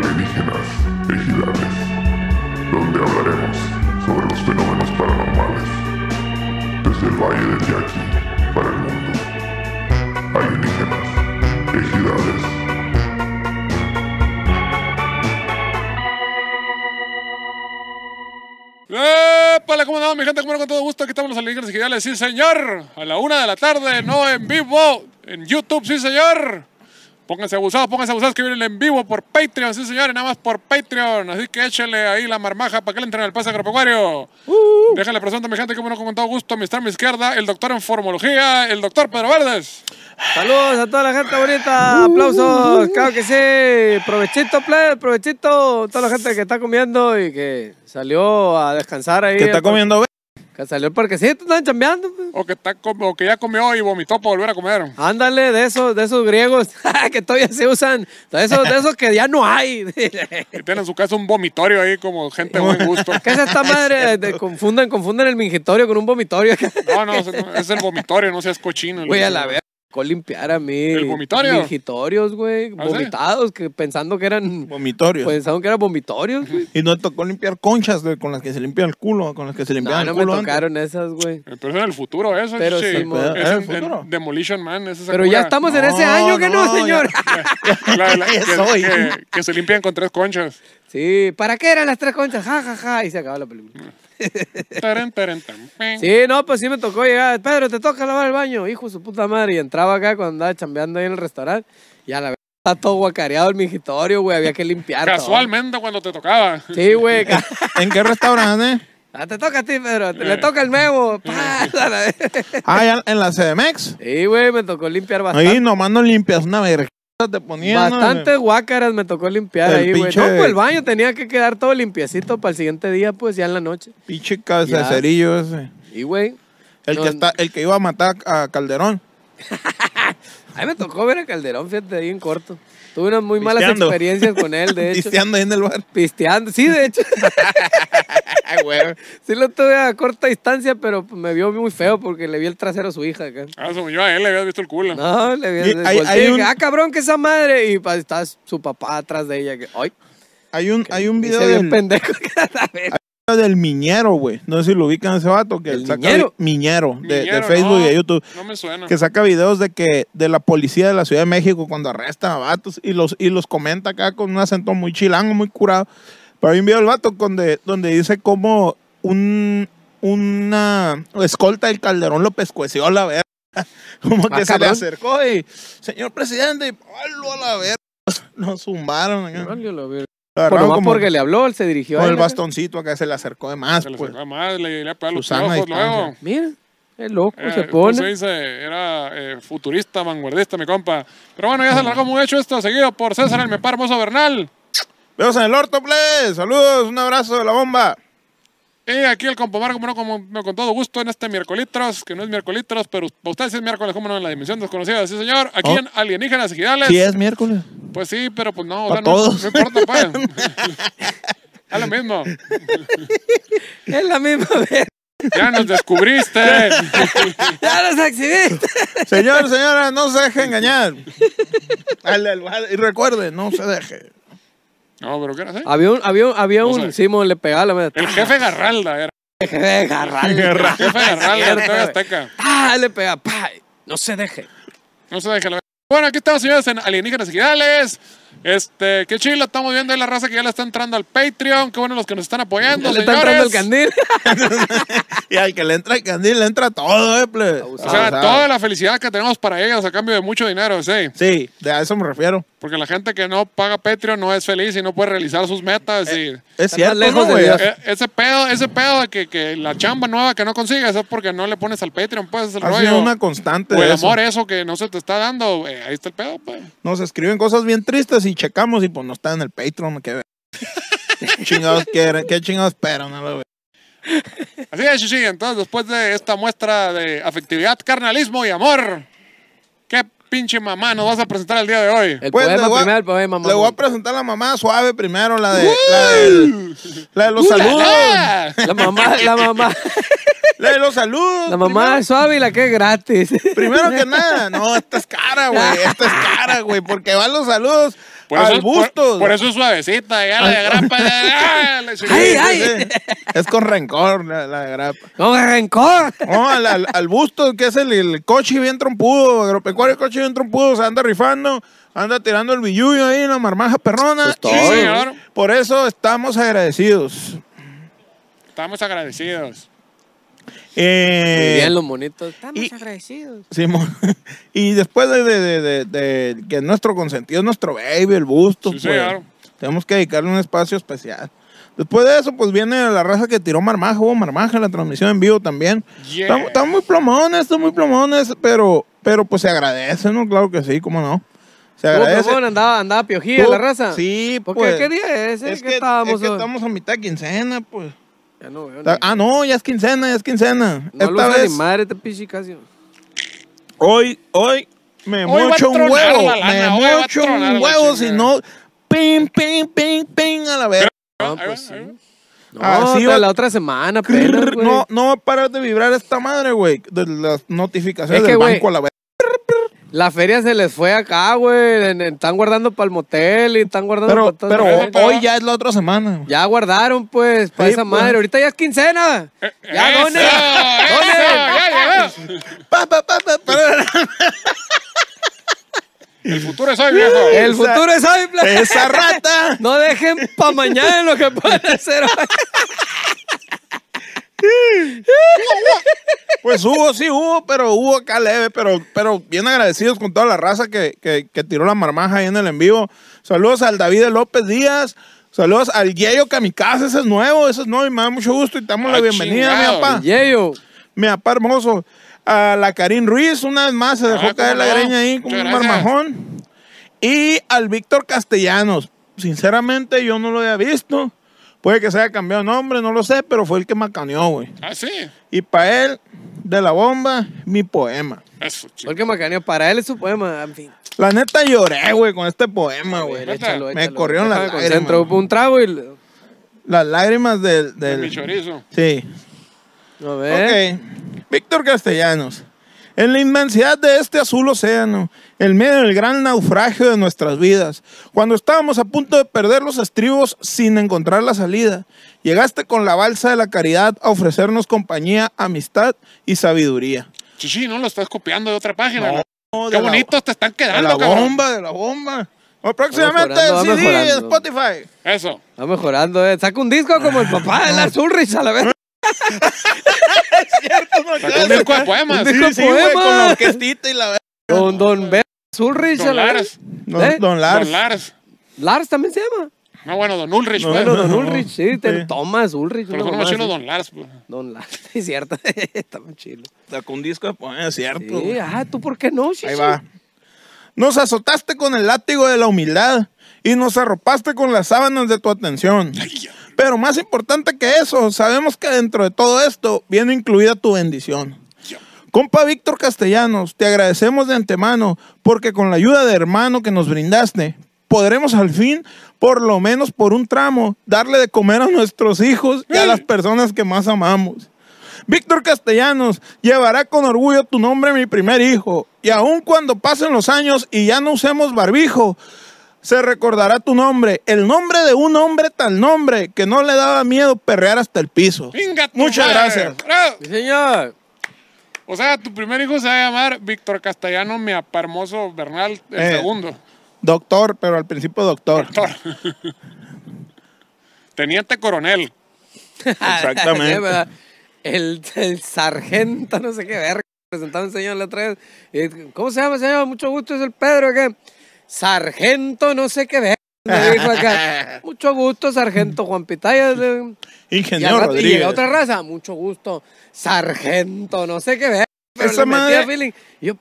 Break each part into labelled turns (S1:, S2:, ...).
S1: Leyendas Ejidales, donde hablaremos sobre los fenómenos paranormales desde el Valle del Yaqui para el mundo. Alienígenas, ejidales.
S2: ¡Épale! ¿Cómo andamos, mi gente? ¿Cómo no? Con todo gusto. Aquí estamos los alienígenas digitales. Sí, señor. A la una de la tarde, no en vivo. En YouTube, sí, señor. Pónganse abusados, pónganse abusados que vienen en vivo por Patreon, sí, señor. Y nada más por Patreon. Así que échele ahí la marmaja para que le entren al pase agropecuario.
S3: Uh.
S2: Déjale presente a mi gente, como no, con todo gusto. Mi extrema izquierda, el doctor en formología, el doctor Pedro Verdes.
S3: Saludos a toda la gente bonita,
S2: Uh.
S3: aplausos, claro que sí, provechito, plebe, provechito, toda la gente que está comiendo y que salió a descansar ahí.
S4: ¿Qué está
S3: al par-
S4: comiendo, güey?
S3: Que salió el parquecito, están chambeando. pues.
S2: O que, está, com- o que ya comió y vomitó para volver a comer.
S3: Ándale, de esos, de esos griegos que todavía se usan, de esos, de esos que ya no hay.
S2: Y tiene en su casa un vomitorio ahí, como gente de buen gusto.
S3: ¿Qué es esta madre? De- confundan, confundan el mingitorio con un vomitorio.
S2: No, no, es el vomitorio, no seas cochino.
S3: Güey, a la verga. tocó limpiar a mí.
S2: ¿El vomitorio?
S3: Mingitorios, güey.
S2: ¿Ah, sí?
S3: vomitados, que pensando que eran.
S4: Vomitorios.
S3: Pensaron que eran vomitorios, güey.
S4: Y no te tocó limpiar conchas, güey, con las que se limpia el culo, con las que se
S3: No,
S4: limpiaban
S3: no
S4: el
S3: me
S4: culo antes.
S3: tocaron esas, güey.
S2: Eh, Pero es en el futuro eso,
S3: Pero
S2: chichi.
S3: sí, mo-
S2: Es
S4: ¿Era el
S2: en- en
S4: futuro?
S2: Demolition Man, es esa
S3: Pero ya
S2: cura.
S3: estamos en ese
S4: No,
S3: año que no,
S4: no,
S3: señor.
S2: La- la-
S4: Ya
S2: que,
S4: soy.
S2: que- que se limpian con tres conchas.
S3: Sí, ¿para qué eran las tres conchas? Ja, ja, ja. Y se acabó la película.
S2: Tarán, tarán, tarán.
S3: Sí, no, pues sí me tocó llegar. Pedro, te toca lavar el baño. Hijo de su puta madre. Y entraba acá cuando andaba chambeando ahí en el restaurante. Y a la vez está todo guacareado el mingitorio, güey. Había que limpiar. todo.
S2: Casualmente cuando te tocaba.
S3: Sí, güey. ca-
S4: ¿En qué restaurante?
S3: Ah, te toca a ti, Pedro. Te- le toca el nuevo. Pa, a la vez.
S4: Ah, ya en la CDMX.
S3: Sí, güey, me tocó limpiar
S4: Ahí
S3: bastante.
S4: nomás no limpias una vergüenza te ponían. ¿no?
S3: Bastantes guácaras me tocó limpiar
S4: El
S3: ahí, güey.
S4: pinche-
S3: No, pues el baño tenía que quedar todo limpiecito para el siguiente día, pues ya en la noche.
S4: Pinche cabezacerillo ese.
S3: Y, güey,
S4: El,
S3: No,
S4: que está, el que iba a matar a Calderón.
S3: ahí me tocó ver a Calderón, fíjate, ahí en corto. Tuve unas muy malas
S4: Pisteando.
S3: experiencias con él, de hecho.
S4: Pisteando ahí en el bar.
S3: Pisteando, sí, de hecho. sí lo tuve a corta distancia, pero me vio muy feo porque le vi el trasero a su hija acá.
S2: Ah, se- yo a él le había visto el culo.
S3: No, le vi
S4: Y
S3: el
S4: hay-
S3: volteé
S4: hay
S3: y dije,
S4: un-
S3: Ah, cabrón, que esa madre. Y pa, está su papá atrás de ella. Que, Ay,
S4: Hay un, hay un
S3: y
S4: video
S3: se vio
S4: del,
S3: pendejo. cada vez.
S4: del miñero, güey. No sé si lo ubican a ese vato. Que
S3: ¿El
S4: saca
S3: Miñero?
S4: Miñero, de, de
S2: Miñero,
S4: Facebook
S2: no,
S4: y de YouTube.
S2: No me suena.
S4: que saca videos de que de la policía de la Ciudad de México cuando arrestan a vatos y los, y los comenta acá con un acento muy chilango, muy curado. Pero hay un video del vato donde, donde dice cómo un, una escolta del Calderón lo pescueció a la verga. Como
S3: Ah,
S4: que se le
S3: cabrón.
S4: acercó y, señor presidente, y "Palo a la verga. Nos zumbaron. acá.
S3: Cabrón, yo lo vi.
S4: Lo
S3: Pues
S4: agarraron
S3: nomás
S4: como
S3: porque le habló, él se dirigió
S4: con
S3: a
S4: el
S3: él, acá.
S4: bastoncito acá se le acercó de más.
S2: Se le
S4: pues.
S2: sacó más, le iría a pegar los
S4: Susana a
S2: ojos luego.
S4: distancia.
S3: Mira, es loco,
S2: Eh,
S3: se
S2: ¿cómo se
S3: pone.
S2: dice? Era eh, futurista, vanguardista, mi compa. Pero bueno, ya se alargó mucho esto, seguido por César el Mepa Hermoso Bernal.
S4: Veos en el orto, please. Saludos, un abrazo de la bomba.
S2: Y aquí el compomar, como no, como no, con todo gusto en este miércolitros, que no es miércolitros, pero para ustedes sí es miércoles, como no, en la dimensión desconocida, sí señor, aquí
S4: Oh.
S2: en Alienígenas y Gidales.
S4: Sí, es miércoles.
S2: Pues sí, pero pues no, o
S4: Pa'
S2: sea, no,
S4: todos.
S2: no importa, pues. Es lo mismo.
S3: Es la misma vez.
S2: Ya nos descubriste.
S3: Ya los exhibiste.
S4: Señor, señora, no se deje engañar. Al- al- al- y recuerde, no se deje.
S2: No, pero ¿qué era así?
S3: Había un, había un, había
S2: No
S3: un,
S2: sé.
S3: Simón le pegaba la madre.
S2: El jefe Garralda era.
S3: Jefe de Garral.
S2: El jefe Garralda
S3: Cierto,
S2: de TV
S3: güey.
S2: Azteca.
S3: Ah, le pegaba, pa, no se deje.
S2: No se deje la Bueno, aquí estamos, señores, en Alienígenas Gidales. Este, qué chido, estamos viendo ahí la raza que ya le está entrando al Patreon. Qué bueno los que nos están apoyando,
S3: Ya le está
S2: señores.
S3: entrando el candil.
S4: Y al que le entra el candil, le entra todo, eh, ple.
S2: O sea,
S4: Abusado.
S2: toda la felicidad que tenemos para ellos a cambio de mucho dinero, sí.
S4: Sí, de a eso me refiero.
S2: Porque la gente que no paga Patreon no es feliz y no puede realizar sus metas. y
S4: Es
S3: Está
S4: cierto,
S3: más lejos
S4: ¿no,
S3: de
S4: güey?
S3: Dios.
S2: E- ese pedo, ese pedo de que, que la chamba nueva que no consigues es porque no le pones al Patreon, pues es el
S4: Ha
S2: rollo.
S4: sido una constante
S2: o el
S4: de eso.
S2: amor, eso que no se te está dando, eh, ahí está el pedo, pues.
S4: Nos escriben cosas bien tristes y checamos y pues no está en el Patreon. ¿Qué ver- chingados quieren? ¿Qué chingados esperan? a la ver-
S2: Así es, sí, entonces después de esta muestra de afectividad, carnalismo y amor, ¿qué pinche mamá nos vas a presentar el día de hoy?
S3: El
S4: Pues, le
S3: poema
S4: voy a-
S3: primero, el poema, mamá.
S4: Le voy a presentar a la mamá suave primero, la de, la del- la de los saludos.
S2: ¡Ah!
S3: La mamá, la mamá,
S4: La de los saludos.
S3: la mamá es suave y la que es gratis.
S4: Primero que nada, no, esta es cara, güey. Esta es cara, güey, porque van los saludos.
S2: Por eso, por-
S4: Arbustos.
S2: Por, eso es suavecita, ya la de grapa. ya, ya, la chingada.
S3: Ay,
S4: Sí,
S3: ay.
S4: sí, sí. Es con rencor la, la grapa.
S3: ¡No me rencor!
S4: No, al, al- al busto, que es el, el coche bien trompudo, agropecuario coche bien trompudo, se anda rifando, anda tirando el billuyo ahí en la marmaja perrona.
S3: Pues todo,
S4: Y
S2: señor.
S4: Por eso estamos agradecidos.
S2: Estamos agradecidos.
S4: Eh,
S3: Dirían los monitos. Estamos
S4: y-
S3: agradecidos.
S4: Simón. Y después de, de- de- de- de que nuestro consentido es nuestro baby, el busto,
S2: Sí,
S4: pues,
S2: señor.
S4: tenemos que dedicarle un espacio especial. Después de eso, pues viene la raza que tiró Marmaja, hubo Marmaja en la transmisión en vivo también.
S2: Yeah.
S4: Están, están muy plomones, están muy plomones, pero, pero pues se agradece, ¿no? Claro que sí, cómo no. Se
S3: Hubo
S4: agradece.
S3: plomón, andaba, andaba piojilla
S4: Tú-
S3: la raza.
S4: Sí,
S3: ¿Por
S4: pues.
S3: qué? ¿Qué día es? eh?
S4: es
S3: ¿Qué
S4: que,
S3: estábamos
S4: es que
S3: hoy?
S4: estamos a mitad de quincena, pues.
S3: Ya no veo.
S4: Ta-
S3: ni-
S4: Ah, no, ya es quincena, ya es quincena.
S3: No
S4: Esta
S3: luce
S4: vez,
S3: ni madre este pichi casi.
S4: hoy, hoy, me
S2: Hoy va a
S4: mocho un
S2: tronar
S4: huevo.
S2: la lana, hoy va
S4: me
S2: a
S4: mocho
S2: tronar
S4: un
S2: la
S4: huevo, si
S2: chingada.
S4: no, ping, ping, ping, ping, a la verga.
S3: No,
S2: Ahí va,
S3: pues sí.
S2: ahí va.
S3: No,
S4: Así
S3: hasta
S4: Ah, va-
S3: la otra semana apenas, güey.
S4: No, no va a parar de vibrar esta madre, güey. De las notificaciones
S3: Es que,
S4: del
S3: güey,
S4: banco a la verga.
S3: La feria se les fue acá, güey. en- en- Están guardando para el motel y están guardando
S4: Pero,
S3: para todo.
S4: pero
S2: Pero-
S4: hoy ya es la otra semana. güey.
S3: Ya guardaron, pues, para
S4: Sí,
S3: esa
S4: pues.
S3: madre. Ahorita ya es quincena.
S2: Eh,
S3: Ya,
S2: ¡Eso!
S3: donen.
S2: ¡Eso! ¡Ya llegó!
S4: Pa, pa, pa, pa, pa.
S2: El futuro es hoy, viejo.
S3: El
S4: Esa-
S3: futuro es hoy, pla-
S4: ¡Esa rata!
S3: No dejen para mañana lo que pueden hacer hoy.
S4: Pues hubo, sí hubo, pero hubo acá leve, pero, pero bien agradecidos con toda la raza que, que- que tiró la marmaja ahí en el en vivo. Saludos al David López Díaz. Saludos al Yeyo Kamikaze, ese es nuevo, ese es nuevo y me da mucho gusto y te damos la
S2: Ah,
S4: bienvenida, mi
S2: chingado.
S4: papá.
S3: Yeyo.
S4: Mi papá hermoso. A la Karin Ruiz, una vez más, se dejó
S2: Ah,
S4: caer
S2: cómo
S4: la
S2: no.
S4: greña ahí como un
S2: Muchas gracias.
S4: marmajón. Y al Víctor Castellanos. Sinceramente, yo no lo había visto. Puede que se haya cambiado de nombre, no lo sé, pero fue el que macaneó, güey.
S2: Ah, sí.
S4: Y para él, de la bomba, mi poema.
S2: Eso, chico.
S3: Porque Macaneo, para él es su poema. En fin.
S4: La neta lloré, güey, con este poema, güey.
S2: Neta.
S3: Échalo,
S4: Me
S3: échalo.
S4: corrieron las
S3: Déjame
S4: lágrimas.
S3: concentro, un trago y.
S4: Las lágrimas del...
S2: De
S4: del-
S2: Mi chorizo.
S4: Sí.
S3: A ver.
S4: Ok. Víctor Castellanos. En la inmensidad de este azul océano, en medio del gran naufragio de nuestras vidas, cuando estábamos a punto de perder los estribos sin encontrar la salida, llegaste con la balsa de la caridad a ofrecernos compañía, amistad y sabiduría.
S2: Chichi, no lo estás copiando de otra página.
S4: No,
S2: ¿no?
S4: de
S2: Qué
S4: la-
S2: bonitos te están
S4: De
S2: quedando,
S4: la
S2: cabrón.
S4: bomba, de la bomba. O próximamente
S3: mejorando, va
S4: el CD de
S3: mejorando.
S4: Spotify.
S2: Eso.
S3: Va mejorando, eh. Saca un disco como el papá de la Zurrich a la vez.
S2: Sacó un disco de poemas.
S3: Un disco de
S4: Sí, güey, con la
S3: poemas. ¿Eh?
S4: orquestita y la ver-
S3: Don, don Ver Zurrich a
S2: Don
S3: la
S2: Lars.
S3: vez.
S4: Don,
S3: ¿Eh?
S4: don Lars.
S2: Don Lars.
S3: Lars también se llama.
S2: No, bueno, Don Ulrich,
S4: No,
S2: pues.
S3: Bueno, Don
S4: No,
S3: Ulrich, sí. te-
S4: sí.
S3: Thomas Ulrich.
S2: Pero
S3: una
S2: son
S3: mamá
S2: más chinos
S3: así.
S2: Don Lars, pues.
S3: Don Lars, sí, es cierto. Está muy chido.
S4: Sacó un disco de poemas, es cierto.
S3: Sí,
S4: güey.
S3: ah, ¿tú por qué no? Shishi?
S4: pues, Ahí va. Nos azotaste con el látigo de la humildad y nos arropaste con las sábanas de tu atención. Pero más importante que eso, sabemos que dentro de todo esto viene incluida tu bendición. Compa Víctor Castellanos, te agradecemos de antemano porque con la ayuda de hermano que nos brindaste, podremos al fin, por lo menos por un tramo, darle de comer a nuestros hijos y a las personas que más amamos. Víctor Castellanos llevará con orgullo tu nombre mi primer hijo. Y aun cuando pasen los años y ya no usemos barbijo, se recordará tu nombre, el nombre de un hombre tal nombre que no le daba miedo perrear hasta el piso.
S2: Venga, tu
S4: Muchas
S2: madre.
S4: gracias.
S2: Bravo.
S3: Sí, señor.
S2: O sea, tu primer hijo se va a llamar Víctor Castellano, mi apa hermoso Bernal, el
S4: Eh.
S2: segundo.
S4: Doctor, pero al principio doctor.
S2: Teniente este coronel.
S4: Exactamente.
S3: Sí, ¿verdad? el, el sargento, no sé qué verga, presentaba un señor la otra vez. y, ¿Cómo se llama, señor? Mucho gusto, es el Pedro. ¿qué? Sargento, no sé qué verga. Me dijo acá, mucho gusto, sargento Juan Pitaya. le- Y, al
S4: Ingeniero
S3: rato- y
S4: Rodríguez.
S3: llega otra raza, mucho gusto, sargento, no sé qué ver. Pero
S4: Esa
S3: le metía
S4: madre-
S3: feeling. Y Yo,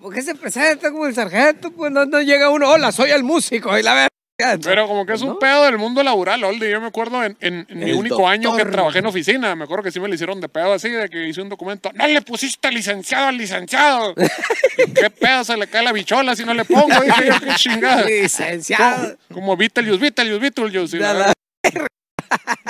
S3: ¿por qué se presenta como el sargento? Pues no, no llega uno, hola, soy el músico, y la verga.
S2: Pero como que es un
S3: ¿No?
S2: pedo del mundo laboral, Oldi. Yo me acuerdo en, en- en mi
S3: El
S2: único año que
S3: doctor.
S2: trabajé en oficina, me acuerdo que sí me le hicieron de pedo así, de que hice un documento. ¡No le pusiste licenciado al licenciado! ¿Y ¿Qué pedo se le cae la bichola si no le pongo? Dije yo, qué chingada.
S3: Licenciado.
S2: Como Vitellius, Vitellius, Vitellius. Y,
S3: Ya
S2: la-
S3: la-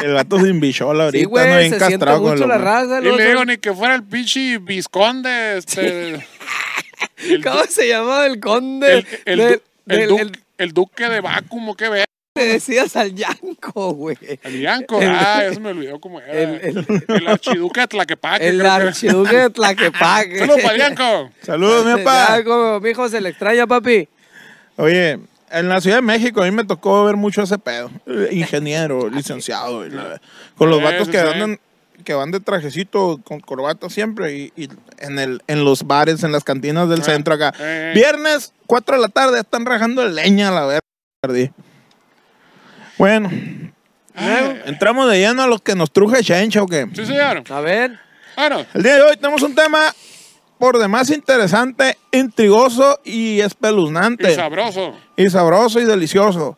S4: El vato se embichola ahorita,
S3: Sí, güey,
S4: no bien
S3: se siente
S4: castrado con
S3: mucho
S4: el
S3: la
S4: hombre.
S3: raza.
S2: y
S3: luego
S2: le
S3: son-
S2: digo ni que fuera el pinche visconde, este... el-
S3: ¿Cómo se llamaba el conde?
S2: El- el
S3: de-
S2: du- el
S3: del-
S2: duque-
S3: el-
S2: el duque de Bacumo, qué ver.
S3: Le decías al Yanko, güey.
S2: El Yanko, ah, eso me olvidó cómo era. El,
S3: El-
S2: archiduque de Tlaquepaque.
S3: El
S2: creo que era.
S3: archiduque de Tlaquepaque.
S2: Saludos para el Yanko.
S4: Saludos, mi papá.
S3: Yanko, mijo, se le extraña, papi.
S4: Oye, en la Ciudad de México a mí me tocó ver mucho ese pedo. Eh,
S3: Ah,
S4: Ingeniero, licenciado. y la- con los
S2: Sí,
S4: vatos
S2: sí,
S4: que
S2: sí.
S4: andan que van de trajecito con corbata siempre y, y en el en los bares, en las cantinas del centro acá.
S2: eh, eh.
S4: Viernes, 4 de la tarde, están rajando de leña a la verga. Perdí. Bueno,
S2: Ay,
S4: entramos de lleno a los que nos truje Chencha o qué.
S2: Ah, Sí, señor.
S3: A ver.
S2: Bueno,
S4: El día de hoy tenemos un tema por demás interesante, intrigoso y espeluznante.
S2: y sabroso.
S4: y sabroso y delicioso.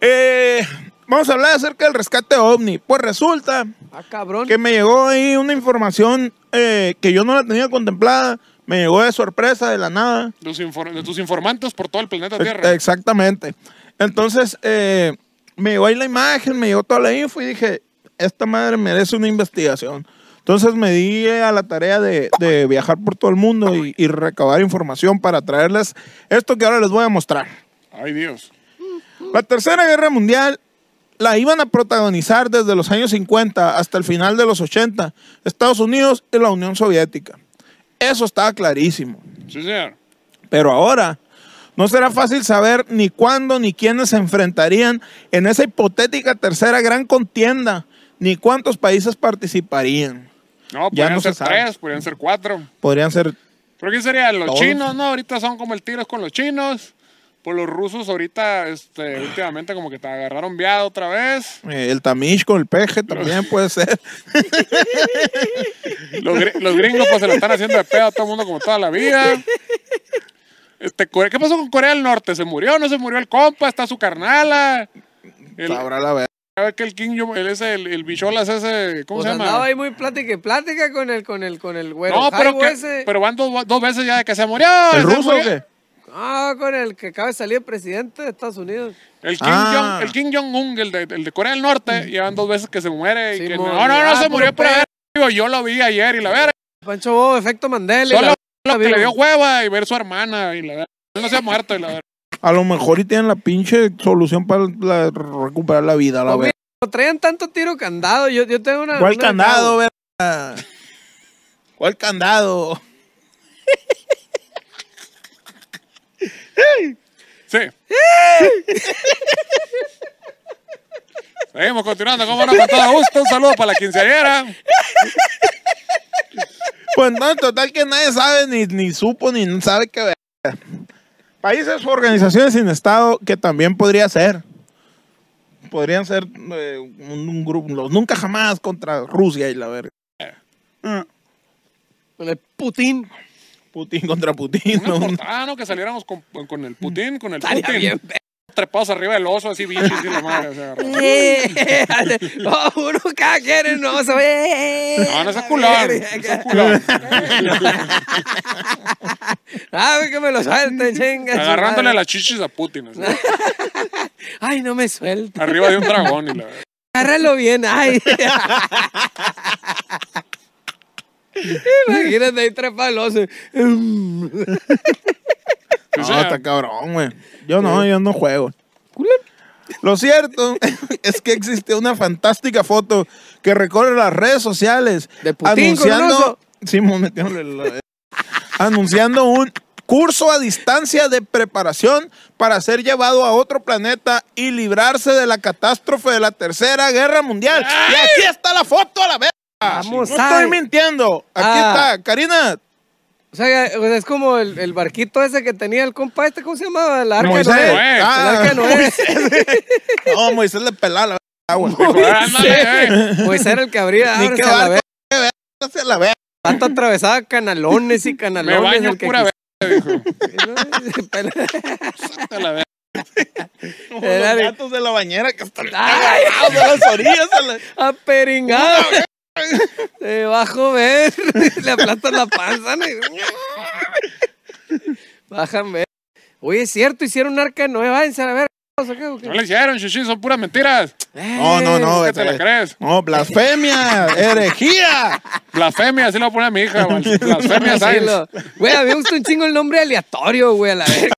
S4: Eh, vamos a hablar acerca del rescate ovni. Pues resulta
S3: Ah, cabrón.
S4: que me llegó ahí una información eh, que yo no la tenía contemplada. Me llegó de sorpresa, de la nada.
S2: Tus infor- de tus informantes por todo el planeta
S4: Eh,
S2: Tierra.
S4: Exactamente. Entonces, eh, me llegó ahí la imagen, me llegó toda la info y dije, esta madre merece una investigación. Entonces me di eh, a la tarea de, de viajar por todo el mundo y- y recabar información para traerles esto que ahora les voy a mostrar.
S2: Ay, Dios.
S4: La Tercera Guerra Mundial la iban a protagonizar desde los años 50 hasta el final de los 80, Estados Unidos y la Unión Soviética. Eso estaba clarísimo.
S2: Sí, señor.
S4: Pero ahora no será fácil saber ni cuándo ni quiénes se enfrentarían en esa hipotética tercera gran contienda, ni cuántos países participarían.
S2: No,
S4: Ya
S2: podrían
S4: no se
S2: ser
S4: sabe.
S2: tres, podrían ser cuatro.
S4: Podrían ser
S2: Pero ¿quién serían? Los
S4: Todos.
S2: chinos, ¿no? Ahorita son como el tiros con los chinos. Pues los rusos ahorita, este, últimamente como que te agarraron viada otra vez.
S4: eh, el Tamish con el peje, también puede ser.
S2: Los, gri- los gringos pues se lo están haciendo de pedo a todo el mundo como toda la vida. Este, Core- ¿Qué pasó con Corea del Norte? ¿Se murió? ¿No se murió el compa? ¿Está su carnala? El,
S4: Sabrá la ver-
S2: a ver que el King, Jong- él es el, el bicholas ese, ¿cómo
S3: Pues
S2: se llama?
S3: andaba ahí muy plática y plática con el, con el, con el güero.
S2: no, pero,
S3: Jaibo
S2: que-
S3: ese.
S2: pero van dos, dos veces ya de que se murió. se
S4: ¿El ruso o
S2: murió.
S4: qué?
S3: Ah, con el que acaba de salir el presidente de Estados Unidos.
S2: El Kim
S4: Ah.
S2: Jong, el Kim Jong-un, el de, el de Corea del Norte, llevan dos veces que se muere. y que,
S3: Mm. Simón.
S2: no, no, no,
S3: Ah,
S2: se murió
S3: puro
S2: por
S3: pedo.
S2: haber. Digo, yo lo vi ayer y la verga.
S3: Pancho Bob, efecto Mandela. y
S2: Solo
S3: la-
S2: lo que
S3: vivo.
S2: le dio hueva y ver su hermana y la verga. Él no se ha muerto y la verga.
S4: A lo mejor y tienen la pinche solución para la- recuperar la vida, la
S3: Pues
S4: ver.
S3: mira, como traían tanto tiro candado. Yo, yo tengo una.
S4: ¿Cuál
S3: una de
S4: candado,
S3: cabo.
S4: verga? ¿Cuál candado?
S2: Sí. Seguimos continuando, como no, con todo gusto. Un saludo para la quinceañera.
S4: Pues no, en total que nadie sabe, ni, ni supo, ni sabe qué ver. Países u organizaciones sin Estado que también podría ser. Podrían ser eh, un, un grupo, los nunca jamás contra Rusia y la verga.
S3: Con el Putin.
S4: Putin contra Putin.
S2: Un
S4: ¿no?
S2: espartano que saliéramos con, con el Putin, con el
S3: Estaría
S2: Putin.
S3: bien.
S2: Trepados arriba del oso, así bichis y la madre. o sea,
S3: oh, uno cada quien, no, se ve.
S2: no, no seas culón. No seas culón.
S3: Ah, que me lo suelten, chinga. su
S2: Agarrándole
S3: madre.
S2: las chichis a Putin. así.
S3: Ay, no me suelta.
S2: Arriba de un dragón y la verga.
S3: Agárralo bien, ay. Imagínate ahí tres palos.
S2: O
S4: No,
S2: sea,
S4: está cabrón, güey. Yo no, yo no juego. Lo cierto es que existe una fantástica foto que recorre las redes sociales
S3: De Putin con un oso.
S4: Sí, mo- metiéndole la- anunciando un curso a distancia de preparación para ser llevado a otro planeta y librarse de la catástrofe de la Tercera Guerra Mundial. Y aquí está la foto a la vez.
S3: Vamos,
S4: No
S3: ay.
S4: estoy mintiendo. Aquí
S3: Ah.
S4: está, Karina.
S3: O sea, o sea, es como el, el barquito ese que tenía el compa este, ¿cómo se llamaba? El arca de
S4: Moisés.
S3: Noé.
S4: Ah,
S3: el arca de Noé.
S4: No, Moisés le pelaba la agua.
S2: ándale, eh.
S3: Moisés era el que abría.
S4: Ni
S3: ábrase
S4: que
S3: a la
S4: barco,
S3: vez.
S4: qué verga, se la verga.
S3: Pato atravesaba canalones y
S2: Me
S3: canalones.
S2: baño
S3: el que
S2: pura verga, dijo.
S3: quisiera.
S2: Hasta la verga.
S4: Como
S3: Era
S4: los
S3: de-
S4: gatos de la bañera que están
S3: Ay,
S4: agarrados ah, de las orillas. se la-
S3: Aperingado. Se va a joder. Le aplastan la panza. ¿no? Bajan, ver. Oye, es cierto, hicieron un arca nueva. Váyanse a ver.
S2: No le hicieron, chichis, son puras mentiras.
S4: No, no,
S3: Eh,
S4: no.
S2: ¿Qué te la
S4: esa-
S2: crees?
S4: No, blasfemia, herejía.
S2: Blasfemia, así lo pone a mi hija. güey. Blasfemia Sainz.
S3: Güey, había visto un chingo el nombre aleatorio, güey, a la verga.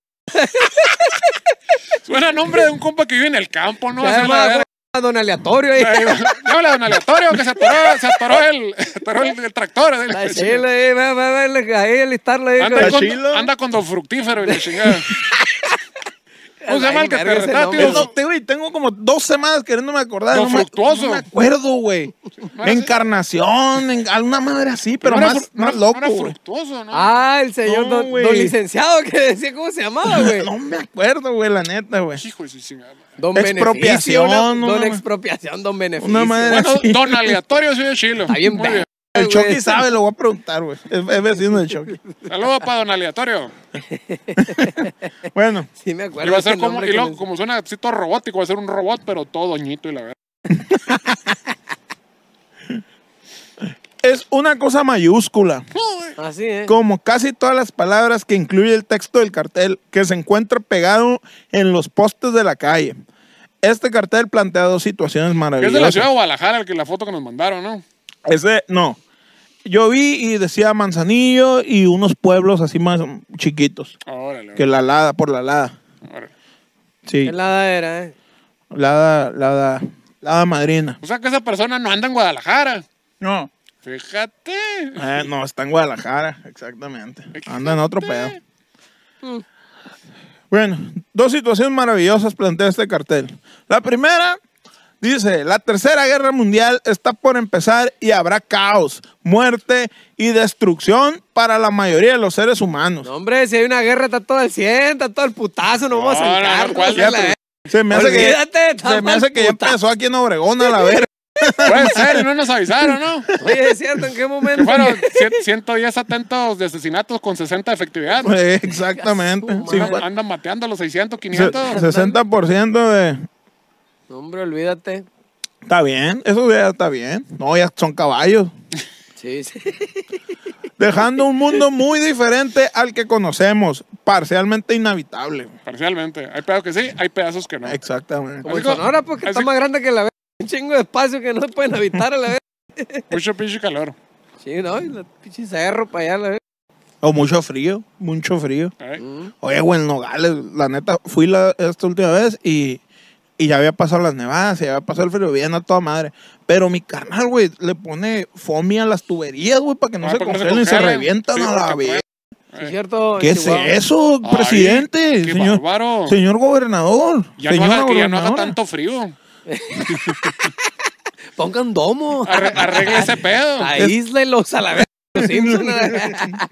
S2: Suena nombre de un compa que vive en el campo, ¿no?
S3: Ya
S2: Hacer la
S3: llamaba
S2: verga.
S3: a don aleatorio eh. ahí.
S2: Llámale a don aleatorio que se atoró, se atoró el, se atoró el, el tractor. así.
S3: La chila ahí, eh, va, va, va, la- ahí eh. alistarla ahí.
S2: Anda,
S4: La
S2: con,
S4: chila.
S2: anda con don fructífero y la chingada. ¿Cómo se llama el que
S3: Ay,
S2: te
S3: verga, ese
S2: retaba,
S3: nombre.
S2: tío?
S4: El dote, güey, tengo como dos semanas queriéndome acordar.
S2: Lo
S4: No me,
S2: fructuoso.
S4: no me acuerdo, güey.
S2: ¿No era así?
S4: Encarnación, en- alguna madre así, pero
S2: No era
S4: más,
S2: fru- no
S4: más
S2: era- no
S4: loco,
S2: era
S4: güey.
S2: fructuoso, ¿no?
S3: Ah, el señor
S4: No,
S3: don,
S4: güey.
S3: don licenciado que decía cómo se llamaba, güey.
S4: No me acuerdo, güey, la neta, güey.
S2: Hijo de su chingada. madre.
S3: Don
S4: Expropiación,
S3: Beneficio,
S4: no,
S3: una- don
S4: no,
S3: expropiación, don beneficio.
S4: Una madre
S2: Bueno,
S4: así.
S2: don aleatorio soy de Chilo.
S3: Está bien,
S2: Muy
S3: verga,
S4: El
S3: güey.
S4: Chucky sabe, lo voy a preguntar, güey. Es, es vecino del Chucky.
S2: Saludos para don aleatorio.
S4: Bueno,
S3: Sí, me
S2: Y
S3: acuerdo.
S2: va a ser
S3: ese
S2: como,
S3: nombre
S2: y
S3: que
S2: luego,
S3: me-
S2: como suena así todo robótico, va a ser un robot, pero todo doñito y la verdad.
S4: es una cosa mayúscula,
S3: Así, ¿eh?
S4: como casi todas las palabras que incluye el texto del cartel, que se encuentra pegado en los postes de la calle. Este cartel plantea dos situaciones
S2: Es
S4: maravillosas.
S2: de la ciudad de Guadalajara, el que la foto que nos mandaron, ¿no?
S4: Ese, no. Yo vi y decía Manzanillo y unos pueblos así más chiquitos.
S2: Órale.
S4: Que la Lada, por la Lada.
S2: órale.
S4: Sí,
S3: ¿Qué lada era, eh?
S4: Lada, Lada, Lada Madrina.
S2: O sea que esa persona no anda en Guadalajara.
S4: No.
S2: Fíjate.
S4: Eh, no, está en Guadalajara, exactamente. Anda en otro pedo. Bueno, dos situaciones maravillosas plantea este cartel. La primera dice, la tercera guerra mundial está por empezar y habrá caos, muerte y destrucción para la mayoría de los seres humanos.
S3: No, hombre, si hay una guerra, está todo al 100, está todo el putazo, no vamos a
S2: No, no, no,
S3: saltar. no,
S2: ¿cuál
S3: o sea,
S2: guerra?
S3: la-
S4: Se me hace que,
S3: Olvídate, está
S4: se me hace
S3: mal
S4: que ya
S3: puta.
S4: empezó aquí en Obregón a la verga.
S2: Puede ser, no nos avisaron, ¿no?
S3: Oye, es cierto, ¿en qué momento?
S2: Que fueron cien- 110 atentos de asesinatos con 60 de efectividad.
S4: Eh, Exactamente.
S3: Su
S4: Sí,
S2: Andan-
S4: fue-
S2: andan mateando los 600, 500.
S4: se- 60% de...
S3: No, hombre, olvídate.
S4: Está bien, eso ya está bien. No, ya son caballos.
S3: Sí, sí.
S4: Dejando un mundo muy diferente al que conocemos, parcialmente inhabitable.
S2: Parcialmente. Hay pedazos que sí, hay pedazos que no.
S4: Exactamente.
S3: Como en
S2: Así co-
S3: Sonora, porque
S2: así-
S3: está más grande que la verga. Un chingo de espacio que no pueden habitar a la verga.
S2: Mucho pinche calor.
S3: Sí, no, y la pinche cerro para allá, la verga. Mm,
S4: O mucho frío, mucho frío.
S2: ¿eh?
S4: Oye, güey, en Nogales, la neta, fui la, esta última vez y, y ya había pasado las nevadas, y ya había pasado el frío, bien a toda madre. Pero mi carnal, güey, le pone foamy a las tuberías, güey, para que no
S2: Ah,
S4: se
S2: para que no se
S4: congelen y se
S2: congelen.
S4: revientan
S2: Sí,
S4: a la
S2: porque
S4: vez.
S2: Eh.
S3: Sí, cierto.
S4: ¿Qué
S3: en
S4: es
S3: Chihuahua.
S4: eso,
S2: Ay,
S4: presidente?
S2: qué
S4: señor,
S2: bárbaro.
S4: señor gobernador.
S2: Ya no, haga,
S4: señora
S2: que ya no haga
S4: gobernadora.
S2: tanto frío.
S3: Pongan domo.
S2: Arre- arregle ese pedo.
S3: Aíslelos a la verga. Los Simpson, a la verga.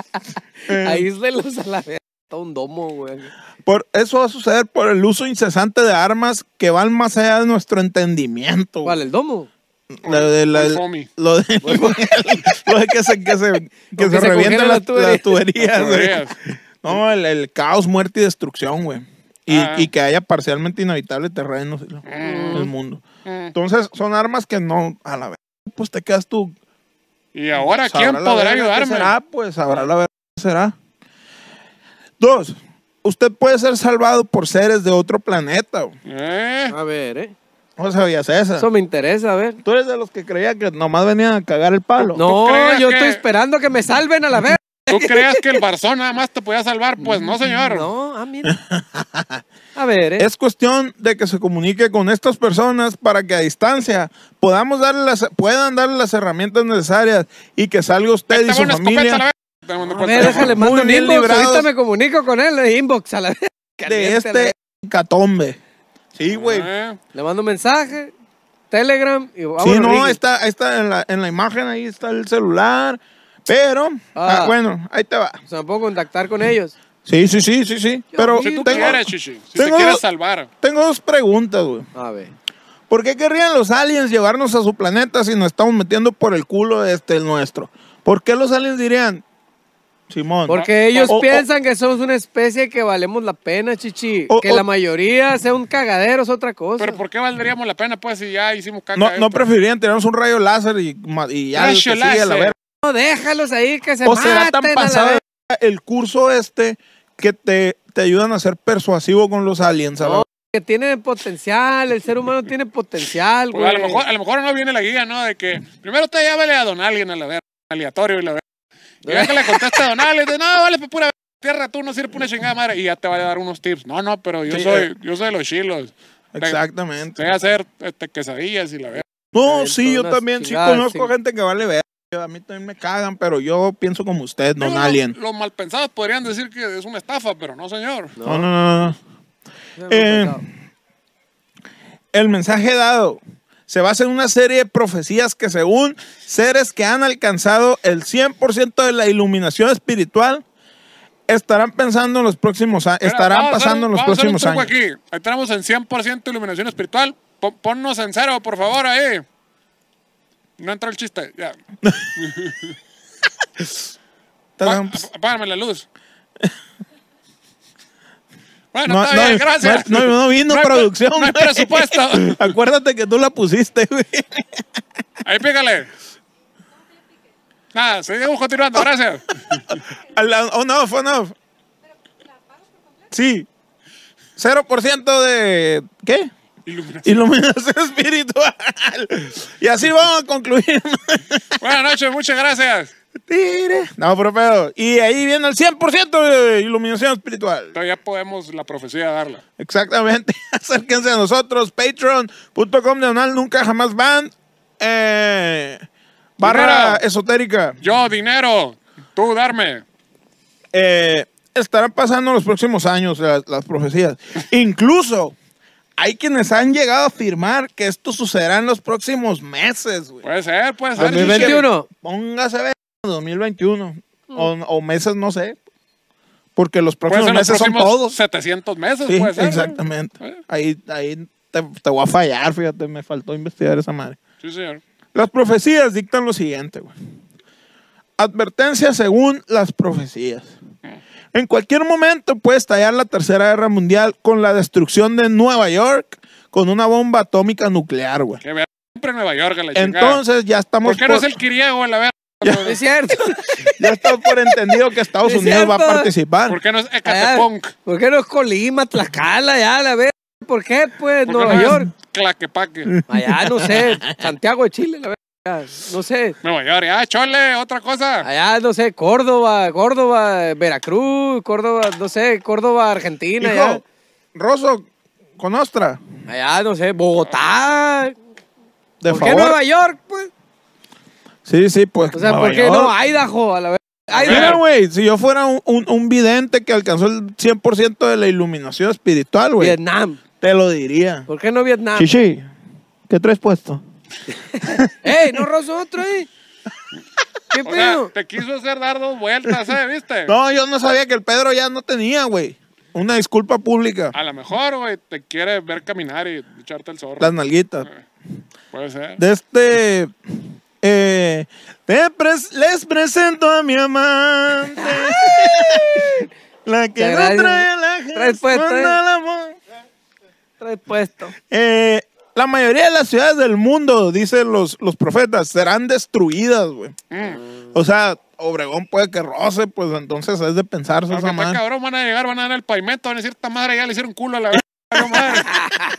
S3: Aíslelos a la verga. Está un domo, güey.
S4: Por, eso va a suceder por el uso incesante de armas que van más allá de nuestro entendimiento. güey.
S3: ¿Cuál, el domo?
S4: La de la-
S2: el foamy.
S4: lo de, lo de que se, que se, que
S3: que
S4: se
S3: se
S4: revientan
S3: congela
S4: las,
S3: la
S4: las tuberías.
S2: Las
S4: güey.
S2: tuberías.
S4: No, el, el caos, muerte y destrucción, güey. Y,
S2: Ah.
S4: y que haya parcialmente inhabitable terreno sí, ¿no?
S3: Ah.
S4: en el mundo. Entonces, son armas que no, a la vez, pues te quedas tú.
S2: Y ahora, ¿quién
S4: sabrá la
S2: podrá
S4: verga qué
S2: ayudarme?
S4: Será, pues, sabrá la verdad será. Dos, usted puede ser salvado por seres de otro planeta. güey.
S2: ¿Eh?
S3: A ver, ¿eh?
S4: No sabías esa.
S3: Eso me interesa, a ver.
S4: Tú eres de los que creía que nomás venían a cagar el palo.
S3: No,
S2: creas
S3: yo
S2: que-
S3: estoy esperando que me salven a la verga.
S2: ¿Tú creías que el Barzón nada más te podía salvar? Pues no, señor.
S3: No, ah, mira. A ver, ¿eh?
S4: Es cuestión de que se comunique con estas personas para que a distancia podamos darle las, puedan darle las herramientas necesarias y que salga usted y
S2: Tengo
S4: su
S2: una escopeta a la
S4: familia
S2: vez. Te mando
S3: A
S2: cuenta.
S3: ver, Ah, déjale,
S4: Muy
S3: mando un
S4: bien
S3: inbox.
S4: librados.
S3: Ahorita me comunico con él, eh, inbox a la verga.
S4: de
S3: Caliente a la
S4: este
S3: verga.
S4: catombe. Sí, güey.
S2: ¿Eh?
S3: Le mando un mensaje, Telegram y ah, vamos
S4: Sí, no, está, ahí está en, la, en la imagen, ahí está el celular. Pero,
S3: Ah.
S4: ah, bueno, ahí te va.
S3: Se me puedo contactar con ellos.
S4: Sí, sí, sí, sí, sí. Pero
S2: Si tú
S4: tengo-
S2: quieres, Chichi. Si te
S4: tengo-
S2: quieres salvar.
S4: tengo dos preguntas, güey.
S3: A ver.
S4: ¿Por qué querrían los aliens llevarnos a su planeta si nos estamos metiendo por el culo este el nuestro? ¿Por qué los aliens dirían, Simón?
S3: Porque ellos
S4: o- o-
S3: piensan que somos una especie que valemos la pena, chichi.
S4: O-
S3: que
S4: o-
S3: la mayoría sea un cagadero es otra cosa.
S2: Pero ¿por qué valdríamos la pena, pues, si ya hicimos caca?
S4: No, no
S2: pero...
S4: preferirían tirarnos un rayo láser y, ma- y ya el que
S2: Rayo
S4: sigue a la
S2: láser.
S4: verga?
S3: No, déjalos ahí que se
S4: ¿O
S3: maten
S4: será tan
S3: a la
S4: pasado de
S3: vez.
S4: verga el curso este que te, te ayudan a ser persuasivo con los aliens? a la
S3: No, que tiene potencial, el ser humano tiene potencial,
S4: Pues,
S3: güey.
S2: Pues, a, lo mejor, a lo mejor no viene la guía, ¿no? De que primero te llámale a Don Alguien a la verga, aleatorio y la verga. Y ya que le contesta a Don Alguien, no, vale, pues pura verga. tierra tú no sirve para una chingada madre y ya te va a dar unos tips. No, no, pero yo
S4: Sí,
S2: soy,
S4: eh.
S2: yo soy de los chilos.
S4: Exactamente.
S2: Sé hacer este, quesadillas y la verdad.
S4: No,
S3: Ay,
S4: sí, yo
S3: todas
S4: también sí
S3: chingadas,
S4: conozco
S3: sí.
S4: gente que vale ver. A mí también me cagan, pero yo pienso como usted, don Alien.
S2: Los malpensados podrían decir que es una estafa, pero no, señor.
S4: No, no, no, no.
S3: no,
S4: Eh,
S3: no.
S4: El mensaje dado se basa en una serie de profecías que según seres que han alcanzado el 100% de la iluminación espiritual, estarán pensando en los próximos años,
S2: Mira,
S4: estarán
S2: vamos a hacer
S4: pasando en
S2: un-
S4: los
S2: vamos a hacer un
S4: próximos años.
S2: truco Aquí. Ahí Entramos en 100% iluminación espiritual. Pon- ponnos en cero, por favor, ahí. No entró el chiste. Ya.
S4: Estarán-
S2: Apá- Apágame la luz. Bueno,
S4: No,
S2: está
S4: no,
S2: bien, gracias.
S4: no, no vino
S2: hay pre-
S4: producción.
S2: No hay
S4: güey.
S2: presupuesto.
S4: Acuérdate que tú la pusiste, güey.
S2: Ahí pícale. Nada, seguimos continuando, gracias.
S4: A la- oh, On off, on off. Sí. 0% de. ¿Qué?
S2: Iluminación.
S4: Iluminación espiritual. Y así vamos a concluir.
S2: Buenas noches, muchas gracias.
S4: Tire. No, pero pedo. Y ahí viene el 100% de iluminación espiritual.
S2: Todavía podemos la profecía darla.
S4: Exactamente. Acérquense a nosotros. Patreon.com diagonal nunca jamás van. Eh, barra
S2: Dinero.
S4: esotérica.
S2: Yo, dinero, tú darme.
S4: Eh, estarán pasando los próximos años las, las profecías. Incluso hay quienes han llegado a afirmar que esto sucederá en los próximos meses, güey.
S2: Puede ser, puede ser.
S3: Así que 2021.
S4: Póngase a ver 2021. O, o meses, no sé. Porque los
S2: Puede ser
S4: próximos
S2: Pues, los
S4: meses son
S2: próximos
S4: todos.
S2: 700 meses,
S4: Sí,
S2: puede ser. ¿no?
S4: exactamente.
S2: Eh.
S4: Ahí, ahí te, te voy a fallar, fíjate, me faltó investigar esa madre.
S2: Sí, señor.
S4: Las profecías dictan lo siguiente, güey. Advertencia según las profecías. En cualquier momento puede estallar la Tercera Guerra Mundial con la destrucción de Nueva York con una bomba atómica nuclear, güey.
S2: Que vea siempre en Nueva York, a la chingada.
S4: Entonces pues, ya estamos
S2: ¿Por qué no es
S4: por-
S2: el Kiriego, la verga?
S3: No es cierto.
S4: ya está por entendido que Estados
S3: Es
S4: Unidos va a
S3: cierto.
S4: participar.
S2: ¿Por qué no es
S3: Allá,
S2: Ecatepunk?
S3: ¿Por qué no es Colima, Tlaxcala, ya la ver? ¿Por qué, pues,
S2: ¿Por qué
S3: Nueva
S2: no es
S3: York?
S4: Mm.
S2: Claquepaque.
S3: Allá, no sé, Santiago de Chile, la verga. No sé,
S2: Nueva York, ah, chole, otra cosa.
S3: allá, no sé, Córdoba, Córdoba, Veracruz, Córdoba, no sé, Córdoba, Argentina, allá.
S4: Hijo, Rosso, con Ostra,
S3: Allá, no sé, Bogotá.
S4: de
S3: ¿Por qué
S4: favor.
S3: Nueva York, pues?
S4: Sí, sí, pues.
S3: O sea,
S4: Nueva
S3: ¿por qué
S4: York.
S3: no Idaho, a la verga? Idaho.
S4: Mira, güey, si yo fuera un, un- un vidente que alcanzó el 100% de la iluminación espiritual, güey,
S3: Vietnam.
S4: te lo diría.
S3: ¿Por qué no Vietnam?
S4: Chichi, ¿qué traes puesto?
S3: ¡Ey, no rozo otro, eh! ¿Qué
S2: O sea,
S3: pedo?
S2: te quiso hacer dar dos vueltas, ¿eh? ¿Viste?
S4: No, yo no sabía que el Pedro ya no tenía, güey. Una disculpa pública.
S3: Ah.
S2: A lo mejor, güey, te quiere ver caminar y echarte el zorro.
S4: Las nalguitas.
S2: Puede ser.
S4: De este. eh, te pres- les presento a mi amante. la que
S3: Te
S4: no
S3: agradezco.
S4: trae a la
S3: Traes puesto,
S4: Jesús
S3: eh.
S4: al amor.
S3: Trae puesto.
S4: Eh, la mayoría de las ciudades del mundo, dicen los, los profetas, serán destruidas, güey.
S3: Mm.
S4: O sea, Obregón puede que roce, pues entonces es de pensarse
S2: Aunque
S4: esa
S2: está
S4: madre.
S2: cabrón, van a llegar, van a dar el pavimento, van a decir, esta madre ya le hicieron culo a la verga. valió madre".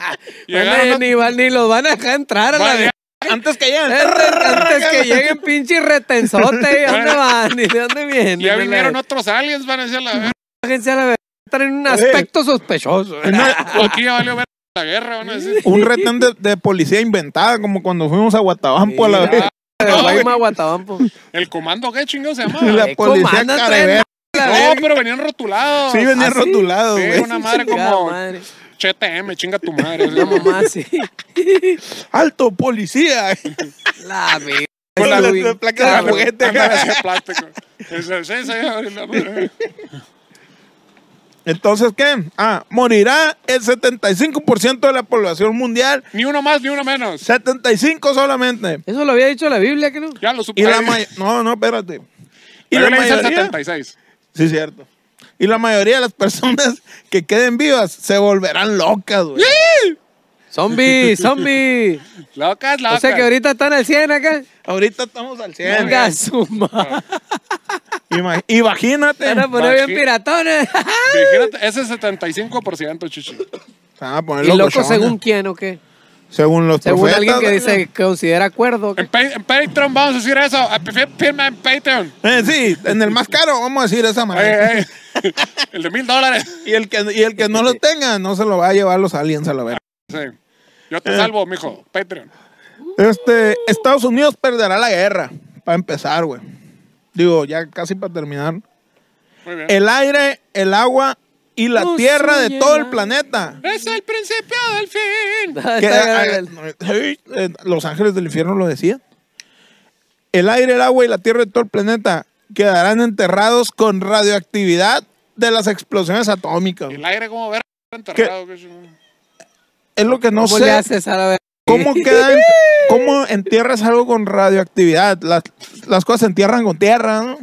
S2: Llegaron,
S3: Ni,
S2: ¿no?
S3: ni, van- ni los van a dejar entrar a la
S2: Van a
S3: verga.
S2: llegar-
S4: Antes que lleguen.
S3: Antes, antes que lleguen pinche retenzote, ¿de dónde
S2: Bueno.
S3: van? ¿Y de dónde vienen?
S2: ya vinieron
S3: La-
S2: otros aliens, van a decir, la verga.
S3: Bájense a la verga. Traen un aspecto sospechoso. ¿eh?
S4: Una-
S2: O aquí ya valió ver la guerra, van a decir.
S4: un retén de, de policía inventada, como cuando fuimos a Guatabampo a la vez.
S3: De
S2: No,
S3: Guayma, Guatabampo. Eh,
S2: El comando, ¿qué chingados se
S4: La
S2: llamaba?
S3: ¿Qué
S4: policía
S3: comandan? Traen
S4: carever-
S3: la
S2: No,
S3: verga.
S2: pero venían rotulados.
S4: Sí, venía
S3: ¿Ah, sí?
S4: rotulado,
S2: Sí,
S4: güey.
S2: una madre
S3: Chingada
S2: como
S3: madre.
S2: CHTM, chinga tu madre.
S3: La mamá, sí.
S4: ¡Alto policía!
S3: La Ah, verga.
S4: Con la-
S3: Uy,
S4: la placa de
S3: cabrón.
S4: juguete.
S2: de plástico. Eso, sí, señor, y la madre.
S4: Entonces, ¿qué? Ah, morirá el 75% de la población mundial.
S2: Ni uno más, ni uno menos.
S4: 75 solamente.
S3: Eso lo había dicho la Biblia, creo.
S2: Ya lo supe.
S4: Y la may- No, no, espérate. Y la
S2: le dice el
S4: mayoría...
S2: 76.
S4: Sí, cierto. Y la mayoría de las personas que queden vivas se volverán locas, güey.
S3: Zombie, zombie.
S2: Locas, locas.
S3: O sea que ahorita están al 100 acá.
S4: Ahorita estamos al 100.
S3: Venga, su madre.
S4: Ima- Imagínate.
S3: Van a poner bien piratones.
S2: Imagínate, ese 75%, chichi.
S4: Se van a
S3: pues.
S4: poner
S3: ¿Y loco
S4: locochones.
S3: según quién o qué?
S4: Según los
S3: Según
S4: profetas,
S3: alguien que
S4: ¿no?
S3: dice que considera acuerdo.
S2: En, Pa- en Patreon vamos a decir eso. A- fir- Firma en Patreon.
S4: Eh, sí, en el más caro, vamos a decir esa
S2: Ey,
S4: manera.
S2: ey. El de mil dólares.
S3: eh.
S4: Y el, que, y el que no lo tenga, no se lo va a llevar los aliens a la verga.
S2: Sí. Yo
S4: Eh.
S2: te salvo, mijo. Patreon.
S4: Este, Estados Unidos perderá la guerra, para empezar, güey. Digo, ya casi para terminar.
S2: Muy bien.
S4: El aire, el agua y la
S3: No
S4: tierra
S3: soy
S4: de
S3: el
S4: todo el
S3: aire.
S4: planeta.
S2: Es el principio del fin.
S4: Que- eh, eh, Los ángeles del infierno lo decían. El aire, el agua y la tierra de todo el planeta quedarán enterrados con radioactividad de las explosiones atómicas.
S2: El aire como ver enterrado. qué chingón.
S4: Es lo que no
S3: ¿Cómo le
S4: sé.
S3: haces a la verga?
S4: ¿Cómo quedan? ¿Cómo entierras algo con radioactividad? Las, las cosas se entierran con tierra, ¿no?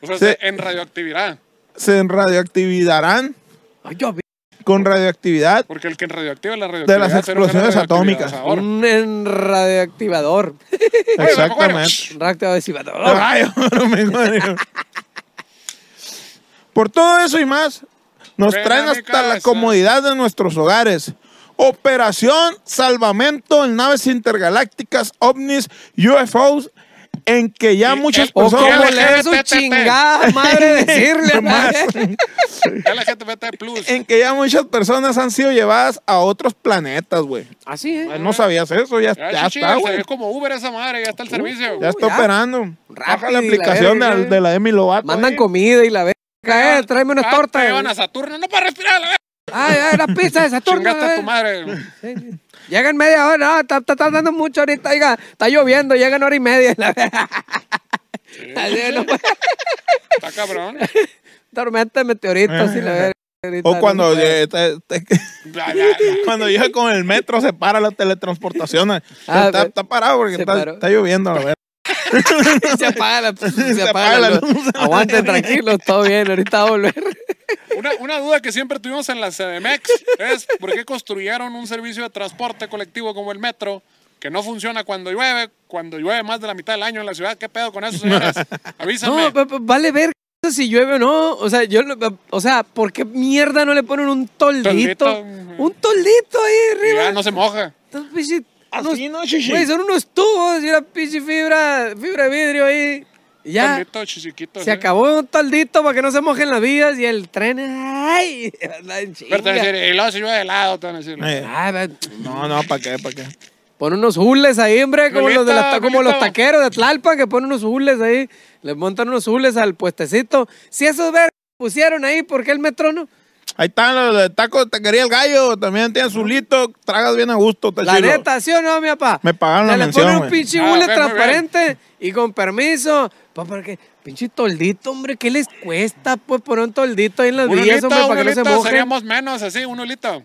S2: O sea,
S4: Sí.
S2: se- en radioactividad.
S4: Se radioactividarán
S3: Ay, yo vi
S4: con radioactividad.
S2: Porque el que en radioactiva es la radioactividad.
S4: las
S2: cero grado
S4: explosiones
S2: de radioactividad,
S4: atómicas.
S2: o sea, ahora.
S3: un en- radioactivador.
S4: Exactamente.
S3: Un radioactivador.
S4: Ay, Oh, no me jodas. Por todo eso y más, nos
S2: Ven a
S4: traen
S2: mi
S4: hasta la
S2: casa.
S4: comodidad de nuestros hogares. Operación Salvamento en naves intergalácticas, ovnis, UFOs, en que ya
S2: Y
S4: muchas
S2: el- eh, ¿O
S3: O
S2: Son
S3: como
S2: LGBT,
S4: personas...
S3: le es
S2: tete.
S3: su chingada madre decirle.
S4: Más.
S2: LGBT Plus.
S4: Mm. en que ya muchas personas han sido llevadas a otros planetas, güey.
S3: Así, ¿eh?
S4: Ay,
S2: Ah.
S4: No sabías eso, ya,
S2: Ya,
S4: ya
S2: chichi,
S4: está,
S2: se
S4: güey. Uh,
S2: ve como Uber esa madre, ya está el servicio.
S4: Ya está
S3: ya.
S4: operando. Baja la
S3: Rápido y la
S4: aplicación de,
S3: verga.
S4: la- de la Demi Lovato.
S3: Mandan
S4: ahí.
S3: comida y la verga. Eh, tráeme unas
S2: Ah,
S3: tortas.
S2: Te llevan a Saturno, no para respirar, la verga.
S3: Ay, ay, la pizza de Saturno.
S2: Chingaste a
S3: eh.
S2: tu madre.
S3: Sí, sí. Llegan media hora, no, está, está, está dando mucho ahorita, oiga, está lloviendo, llegan hora y media. La verga. Así, no, pues,
S2: Está cabrón.
S3: tormenta de meteoritos y la verga, ahorita
S4: O
S3: no
S4: cuando,
S3: se puede.
S4: eh, te- te-
S2: Ya, ya, ya.
S4: cuando llega con el metro, se para la teletransportación.
S3: Ah,
S4: está,
S3: ve-
S4: está parado porque
S3: se
S4: está,
S3: paró.
S4: está lloviendo, la verdad.
S3: se apaga la, se
S4: apaga
S3: apaga
S4: la
S3: la
S4: luz.
S3: luz. Aguanten tranquilos, todo bien, ahorita va a volver.
S2: Una, una duda que siempre tuvimos en la CDMX es por qué construyeron un servicio de transporte colectivo como el metro que no funciona cuando llueve, cuando llueve más de la mitad del año en la ciudad. ¿Qué pedo con eso, señores? Avísame.
S3: No, pa- pa- vale ver si llueve o no. O sea, yo, no- pa- o sea, ¿por qué mierda no le ponen un toldito?
S2: Toldito.
S3: Un toldito ahí
S2: Y ya
S3: arriba.
S2: no se moja.
S3: Estos pinches- unos-
S4: Así, ¿no, chichi?
S3: güey, son unos tubos y una pinche fibra, fibra de vidrio ahí. Y ya.
S2: Tantito, chichiquito,
S3: Se
S2: sí.
S3: acabó un toldito para que no se mojen las vías y el tren. ¡Ay! anda en
S2: Pero te van a
S3: chinga.
S2: decir, y luego se llueve de lado, te van a decir.
S4: Eh,
S3: Ay, ve-
S4: No, no, ¿para qué? ¿Para qué?
S3: Pon unos hules ahí, hombre, como, los, de la-
S2: Lolita,
S3: como los
S2: Lolita.
S3: taqueros de Tlalpan que ponen unos hules ahí. Les montan unos hules al puestecito. Si esos ver pusieron ahí, ¿por qué el metro no?
S4: Ahí están los de tacos de taquería El Gallo. También tienen su lito. Tragas bien a gusto, está
S3: La
S4: chido.
S3: neta, ¿sí o no, mi papá?
S4: Pues Me pagaron
S3: Se
S4: la
S3: le
S4: mención,
S3: ponen un
S4: güey.
S3: pinche
S2: Ah,
S3: hule
S2: ok, muy
S3: transparente y con permiso. Pues porque, pinche toldito, hombre, ¿qué les cuesta? Pues poner un toldito ahí en las
S2: Un
S3: vías,
S2: hulito,
S3: Pues hombre,
S2: un
S3: para que no se
S2: hulito,
S3: mojen.
S2: seríamos menos así, un hulito.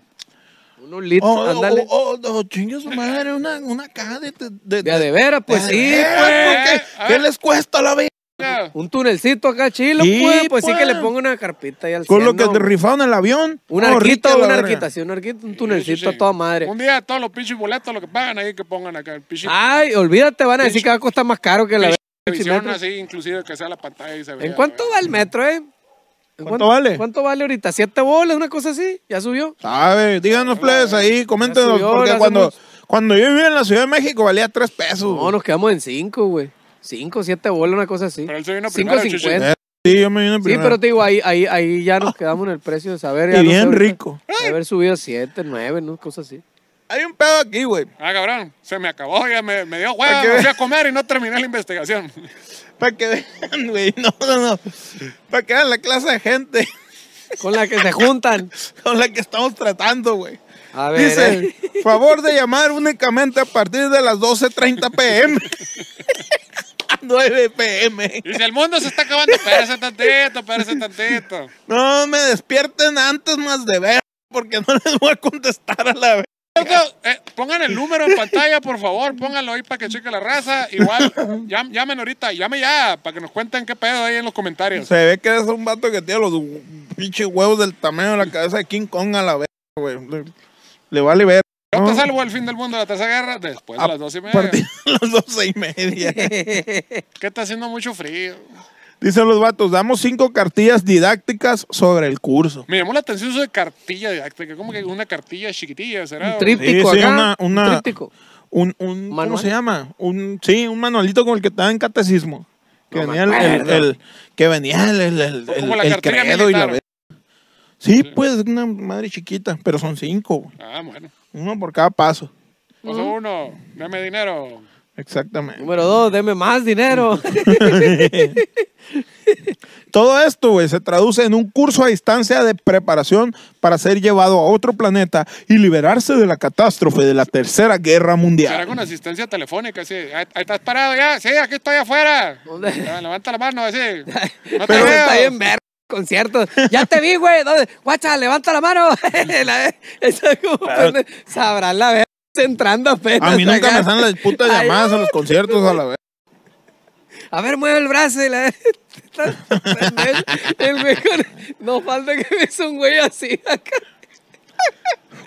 S3: Un hulito,
S4: Oh, oh,
S3: ándale.
S4: oh, oh, chingue su madre, una, una caja de... De,
S3: De a de veras, pues
S4: de-
S3: sí,
S4: Eh,
S3: pues.
S4: ¿por qué?
S2: A
S4: ¿Qué
S2: ver.
S4: les cuesta la vida?
S2: Ya.
S3: Un tunelcito acá chilo,
S4: Sí,
S3: pues, pues sí
S4: pues.
S3: que le ponga una carpita ahí al
S4: Con lo que
S3: cielo.
S4: te rifaron el avión.
S3: Un
S4: No,
S3: arquito,
S4: rica la
S3: una
S4: verga.
S3: arquita, sí, un arquito, un
S2: Sí, sí,
S3: tunelcito
S2: sí.
S3: a toda madre. Ah,
S2: Un día todos los pinches boletos, lo que pagan ahí, que pongan acá el pinche.
S3: Ay, olvídate, van a decir que va a costar más caro que la
S2: pinche
S3: verga.
S2: televisión
S3: metro.
S2: así, inclusive que sea la pantalla y se vea.
S3: ¿En cuánto va el metro, eh? ¿En
S4: ¿Cuánto vale?
S3: ¿Cuánto vale ahorita? ¿Siete bolas? Una cosa así. ¿Ya subió?
S4: ¿Sabe? Díganos, plebes, ahí, coméntenos.
S3: subió,
S4: porque
S3: ya
S4: cuando,
S3: hacemos-
S4: cuando yo vivía en la Ciudad de México valía tres pesos.
S3: No, nos quedamos en cinco, güey. Cinco, siete bolas, una cosa así.
S2: Pero él se vino
S3: Cinco
S2: primero, Chichi.
S3: cincuenta.
S4: Eh, Sí, yo me vine
S3: Sí,
S4: primero.
S3: pero te digo, ahí, ahí, ahí ya nos quedamos en el precio de saber.
S4: Y
S3: ya no
S4: bien
S3: sé, ahorita,
S4: rico.
S3: de Haber subido siete, nueve, ¿no? Cosas así.
S4: Hay un pedo aquí, güey.
S2: Ah, cabrón, se me acabó, ya me, me dio
S4: ¿Para
S2: hueva,
S4: qué?
S2: me fui a comer y no terminé la investigación.
S4: Para que vean, güey. No, no, no. Para que vean la clase de gente
S3: Con la que se juntan.
S4: con la que estamos tratando, güey.
S3: A ver.
S4: Dice,
S3: eh.
S4: favor de llamar únicamente a partir de las 12.30 pm. 9 pm.
S2: Dice, el mundo se está acabando, espérese tantito, espérese tantito.
S4: No me despierten antes más de ver, porque no les voy a contestar a la vez.
S2: Oiga, eh, pongan el número en pantalla, por favor, pónganlo ahí para que cheque la raza. Igual, llam- llamen ahorita, llame ya, para que nos cuenten qué pedo ahí en los comentarios.
S4: Se ve que eres un vato que tiene los hu- pinches huevos del tamaño de la cabeza de King Kong a la vez, güey. Le, le vale ver.
S2: Yo
S4: ¿no?
S2: te salvo el fin del mundo de la tercera guerra después de las dos y
S4: A partir
S2: media.
S4: de las doce y media.
S3: eh.
S2: Que está haciendo mucho frío.
S4: Dicen los vatos, damos cinco cartillas didácticas sobre el curso.
S2: Me llamó la atención eso de cartilla didáctica, como que una cartilla chiquitilla, ¿será?
S3: Un tríptico
S4: Sí, sí,
S3: acá.
S4: una- una-
S3: Un tríptico.
S4: Un, un ¿cómo
S3: ¿Manual?
S4: se llama? Un, sí, un manualito con el que te dan catecismo. Que
S3: No me
S4: venía el, el,
S3: acuerdo.
S4: el- que venía el, el, el,
S2: Como la
S4: el
S2: cartilla
S4: credo y la
S2: militar.
S4: ver- Sí, pues, una madre chiquita, pero son cinco, güey.
S2: Ah, bueno.
S4: Uno por cada paso.
S2: Paso uno, dame dinero.
S4: Exactamente.
S3: Número dos, deme más dinero.
S4: Todo esto, güey, se traduce en un curso a distancia de preparación para ser llevado a otro planeta y liberarse de la catástrofe de la Tercera Guerra
S2: Será
S4: Mundial.
S2: con asistencia telefónica, sí. Ahí, ahí estás parado ya, sí, aquí estoy afuera.
S3: ¿Dónde?
S2: Ya, Levanta la mano, así. No te
S3: Pero está
S2: veo.
S3: bien ver conciertos. Ya te vi, güey. ¿Dónde? Guacha, levanta la mano. La- está como pone- Sabrá la ver entrando apenas.
S4: A mí nunca
S3: acá.
S4: me salen las putas
S3: Ay,
S4: llamadas a los conciertos a la vez.
S3: A ver, mueve el brazo y la el, el güey con- No falta que veas un güey así acá.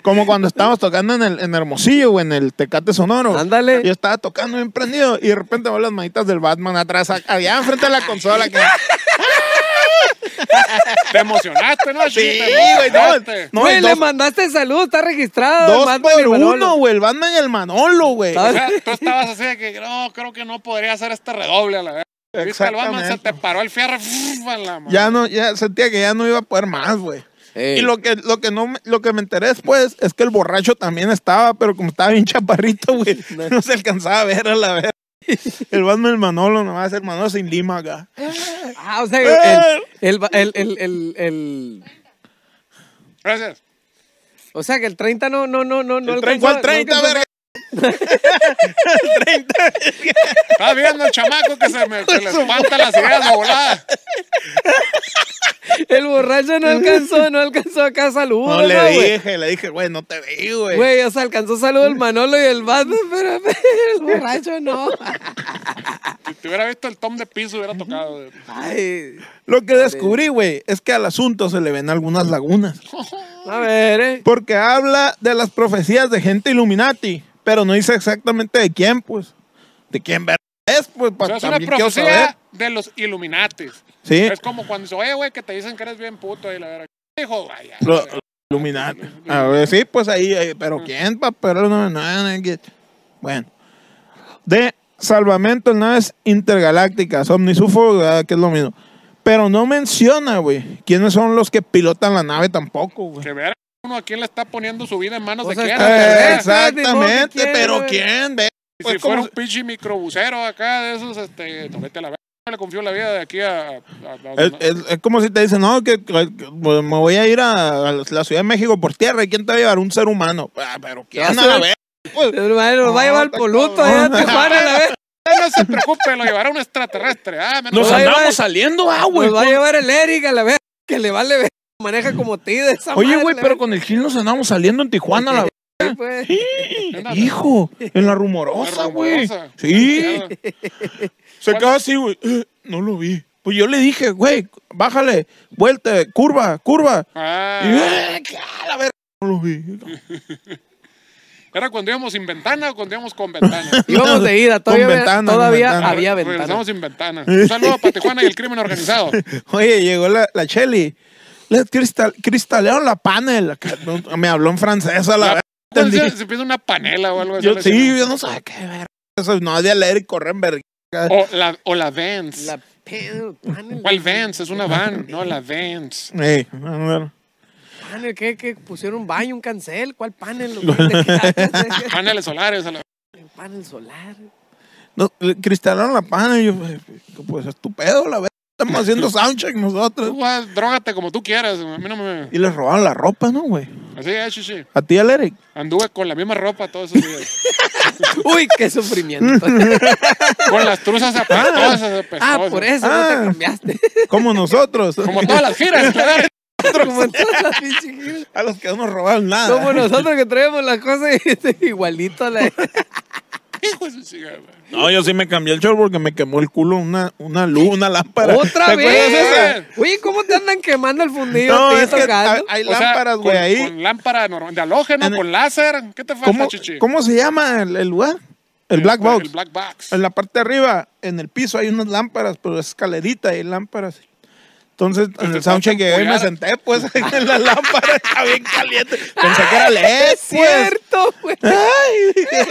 S4: Como cuando estábamos tocando en el en Hermosillo, güey, en el Tecate Sonoro.
S3: Ándale.
S4: Yo estaba tocando bien prendido y de repente veo las manitas del Batman atrás, a- allá enfrente de la consola. que-
S2: Te emocionaste, ¿no?
S4: Sí,
S2: te
S4: güey, no,
S2: emocionaste.
S4: no,
S3: güey,
S4: y
S3: le
S4: dos,
S3: mandaste salud, está registrado.
S4: dos
S3: mándame
S4: por
S3: el balón.
S4: uno, güey, el Batman y el Manolo, güey.
S2: O sea, tú estabas así de que, no, creo que no podría hacer este redoble a la vez. Viste al Batman, se
S4: Exactamente.
S2: te paró el fierro. ¡fuf! a la madre.
S4: Ya no, ya sentía que ya no iba a poder más, güey.
S3: Ey.
S4: Y lo que, lo que no me- lo que me enteré después es que el borracho también estaba, pero como estaba bien chaparrito, güey, no. se alcanzaba a ver a la vez. El Batman el Manolo, nomás el Manolo sin lima acá.
S3: Ah, o sea,
S4: Eh.
S3: el, el, el, el, el- el-
S2: Gracias.
S3: o sea que el 30 no, no, no, no, no
S4: el tren, ¿Cuál
S3: alcanzó-
S4: 30,
S3: no alcanzó-
S4: verga?
S2: Estaba viendo el chamaco que se, me, se le espanta las ideas de volada.
S3: El borracho no alcanzó, no alcanzó acá salud.
S4: No le
S3: güey?
S4: dije, le dije, güey, no te vi, güey.
S3: Güey, o sea, alcanzó salud el Manolo y el Batman, pero el borracho no.
S2: Si te hubiera visto el tom de piso, hubiera tocado. güey.
S3: Ay,
S4: Lo que descubrí, güey, es que al asunto se le ven algunas lagunas.
S3: a ver, eh.
S4: Porque habla de las profecías de gente Illuminati, pero no dice exactamente de quién, pues. De quién ver es, pues,
S2: O
S4: para
S2: sea, es una
S4: también quiero saber.
S2: profecía de los Illuminates.
S4: Sí,
S2: Es como cuando dice, oye, güey, que te dicen que eres bien puto. Y la verdad, dijo, ay, ay,
S4: lo- lo Illuminati. A ver, sí, pues ahí, ahí, pero quién, pa, pero no, no, no, que- Bueno. De salvamento en naves intergalácticas, omnisufo, ah, que es lo mismo. Pero no menciona, güey, quiénes son los que pilotan la nave tampoco, güey.
S2: que ver uno a quién le está poniendo su vida en manos
S3: O
S2: de
S3: sea,
S2: quién.
S3: está-
S2: ¿verdad?
S4: Eh,
S3: Pero, ¿quién,
S4: Exactamente,
S3: güey?
S4: pero ¿quién? Ve,
S2: Y
S4: pues,
S2: si fuera
S4: como-
S2: un pinche microbusero acá de esos, este, no vete a la verga. No le confío la vida de aquí a. a- a-
S4: es, es- es como si te dicen, no, que, que- que pues, me voy a ir a, a la Ciudad de México por tierra y quién te va a llevar un ser humano. Ah, pero ¿quién?
S3: Ya
S4: A la
S3: sé.
S4: vez,
S3: El Manolo nos va a llevar el
S4: está
S3: poluto
S4: cabrón.
S3: allá a Tijuana a la vez.
S2: Ah, No se preocupe, lo llevará un extraterrestre. Ah, menos
S4: Nos
S3: va a
S2: mal.
S3: llevar-
S4: andamos saliendo, ah, güey.
S3: Nos va a
S4: con-
S3: llevar el Eric a la vez, que le vale ver. Maneja como ti de esa
S4: Oye,
S3: madre,
S4: güey,
S3: la
S4: pero
S3: vez.
S4: con el Gil nos andamos saliendo en Tijuana a la vez.
S3: Sí, pues.
S4: Hijo, en la
S2: La
S4: rumorosa, güey.
S2: rumorosa.
S4: Sí.
S2: Ah,
S4: Se quedó así, güey. Eh, No lo vi. Pues yo le dije, güey, bájale, vuelta, curva, curva. Y,
S2: Ah,
S4: eh, que a la verga, no lo vi.
S2: era cuando íbamos sin ventana o cuando íbamos con ventana.
S3: Íbamos de ida,
S4: Con
S3: todavía,
S4: ventana, con
S3: todavía
S4: ventana.
S3: había
S2: Re-
S3: ventana.
S2: Regresamos sin ventana. Un saludo para Tijuana y el crimen organizado.
S4: Oye, llegó la, la Chelly. Le cristal, cristalearon la panel. Acá, no, Me habló en francés a la
S2: La-
S4: verga.
S2: Cuando
S4: Entendí.
S2: Se, se pide una panela o algo así.
S4: Yo,
S2: pues, le
S4: sí,
S2: decían.
S4: yo no sabía qué verga. Eso no había leer y correr en verga.
S2: O la, o la Vans.
S3: La pedo, panel.
S2: ¿Cuál Vans? Es una van, no la Vans.
S4: Ey, a ver.
S3: panel ¿qué, ¿Qué? ¿Pusieron un baño, un cancel? ¿Cuál panel? güey? ¿De qué hablas?
S2: Paneles solares. a la-
S3: panel solar.
S4: No, le cristalearon la panel. Y yo, pues, pues estupendo, la verga. Estamos haciendo soundcheck nosotros.
S2: Tú, ah, drógate como tú quieras. A mí no me.
S4: Y les robaron la ropa, ¿no, güey?
S2: Así es, sí, sí.
S4: A ti, al Eric.
S2: Anduve con la misma ropa todos esos días.
S3: Uy, qué sufrimiento.
S2: Con las truzas apestosas.
S3: ah,
S2: apestosas.
S3: por eso no
S4: Ah.
S3: te cambiaste.
S4: Como nosotros.
S2: Como todas las giras. claro.
S3: Como todas las pinches giras.
S4: a los que no nos robaron nada.
S3: Como nosotros que traemos las cosas y- este, igualito a la.
S2: Hijo de su chingada, güey.
S4: No, yo sí me cambié el short porque me quemó el culo una, una luz, una lámpara.
S3: ¡Otra
S4: ¿Te acuerdas
S3: vez!
S4: esa?
S3: Oye, ¿cómo te andan quemando el fundillo?
S4: No,
S3: a ti,
S4: es que hay,
S3: tocando?
S4: hay
S2: O sea,
S4: lámparas, güey,
S2: con-
S4: ahí.
S2: Con lámpara normal, de halógeno,
S4: En-
S2: con láser. ¿Qué te falta,
S4: ¿Cómo,
S2: chichi?
S4: cómo se llama el, el lugar? El Black
S2: El
S4: Box.
S2: black box.
S4: En la parte de arriba, en el piso, hay unas lámparas, pero es escalerita y hay lámparas. Entonces, en
S2: Pues te
S4: el soundcheck
S2: faltan
S4: llegué y me
S2: collar.
S4: senté, pues, en la lámpara, está bien caliente. Pensé que era LED,
S3: ¡Es
S4: pues.
S3: cierto, güey!
S4: Ay, dije,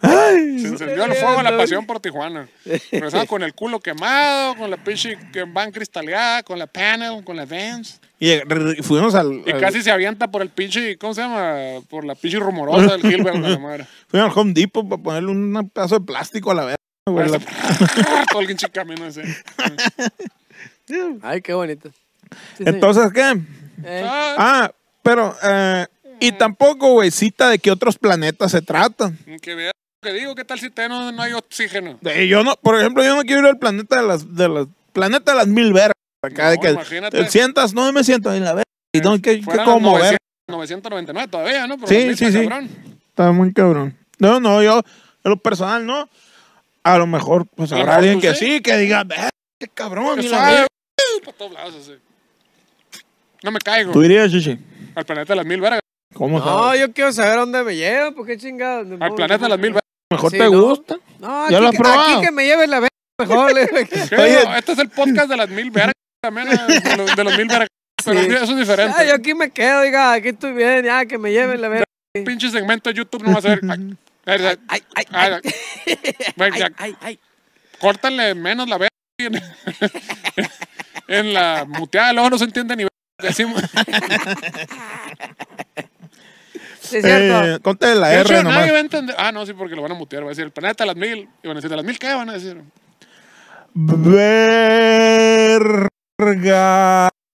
S4: ay.
S2: Se encendió el fuego con la pasión por Tijuana. Regresaba con el culo quemado, con la pinche que- van cristaleada, con la panel, con la Vans.
S4: Y eh, re- fuimos al,
S2: Y
S4: al-
S2: casi se avienta por el pinche, ¿cómo se llama? Por la pinche rumorosa del Gilbert, la madre.
S4: fuimos al Home Depot para ponerle un pedazo de plástico a la verga, güey. La-
S2: Todo el pinche camino ese.
S3: Ay, qué bonito. Sí, señor.
S4: Entonces, ¿qué?
S3: Eh,
S2: Ah,
S4: Ah, pero... eh, y tampoco, güey, cita de qué otros planetas se tratan.
S2: que vea lo que digo, ¿qué tal si te no, no hay oxígeno?
S4: Eh, yo no, por ejemplo, yo no quiero ir al planeta de las, de las, planeta de las mil vergas. Acá
S2: No,
S4: de que
S2: imagínate. Eh,
S4: te sientas, no me siento en la verga. Y no, que, que
S2: Fueran
S4: como
S2: 900,
S4: ver.
S2: 999 todavía, ¿no? Pero
S4: Sí,
S2: la neta,
S4: sí, sí.
S2: cabrón.
S4: Está muy cabrón. No, no, yo, en lo personal, no. A lo mejor, pues
S2: A lo
S4: habrá
S2: mejor
S4: alguien
S2: tú
S4: que
S2: sí.
S4: sí, que diga, "Ver, qué cabrón.
S2: Que
S4: y la
S2: suave,
S4: verga".
S2: Para uh, todos lados, así. No me caigo.
S4: Tú dirías, Chichi,
S2: Al planeta de las mil vergas.
S4: ¿cómo
S3: no,
S4: sabes?
S3: yo quiero saber dónde me pues, lleva, porque chingado. No,
S2: Al planeta de las mil vergas.
S4: Mejor
S3: sí,
S4: te
S3: no.
S4: gusta.
S3: No,
S4: ¿Ya
S3: aquí
S4: lo has
S3: que-
S4: probado?
S3: Aquí que me lleve la verga mejor. le digo que-
S2: ¿Qué?
S4: Oye.
S2: No, Este es el podcast de las mil vergas. También eh, de los, de los mil vergas. Pero
S3: Sí.
S2: eso es diferente.
S3: Ya, yo aquí me quedo, diga, aquí estoy bien, ya, que me lleven la verga.
S2: Un pinche segmento de YouTube no va a ser. Ay, ay, ay,
S3: ay,
S2: ay, ay, ya,
S3: ay, ay.
S2: Córtale menos la verga. En, en la muteada, luego no se entiende ni verga lo que decimos.
S3: Sí, es cierto.
S4: Eh, conté la
S2: De
S4: R
S2: hecho,
S4: nomás.
S2: nadie va a entender. Ah, no, sí, porque lo van a mutear. Va a decir el planeta de las mil. Y van a decir, ¿de las mil qué? Van a decir.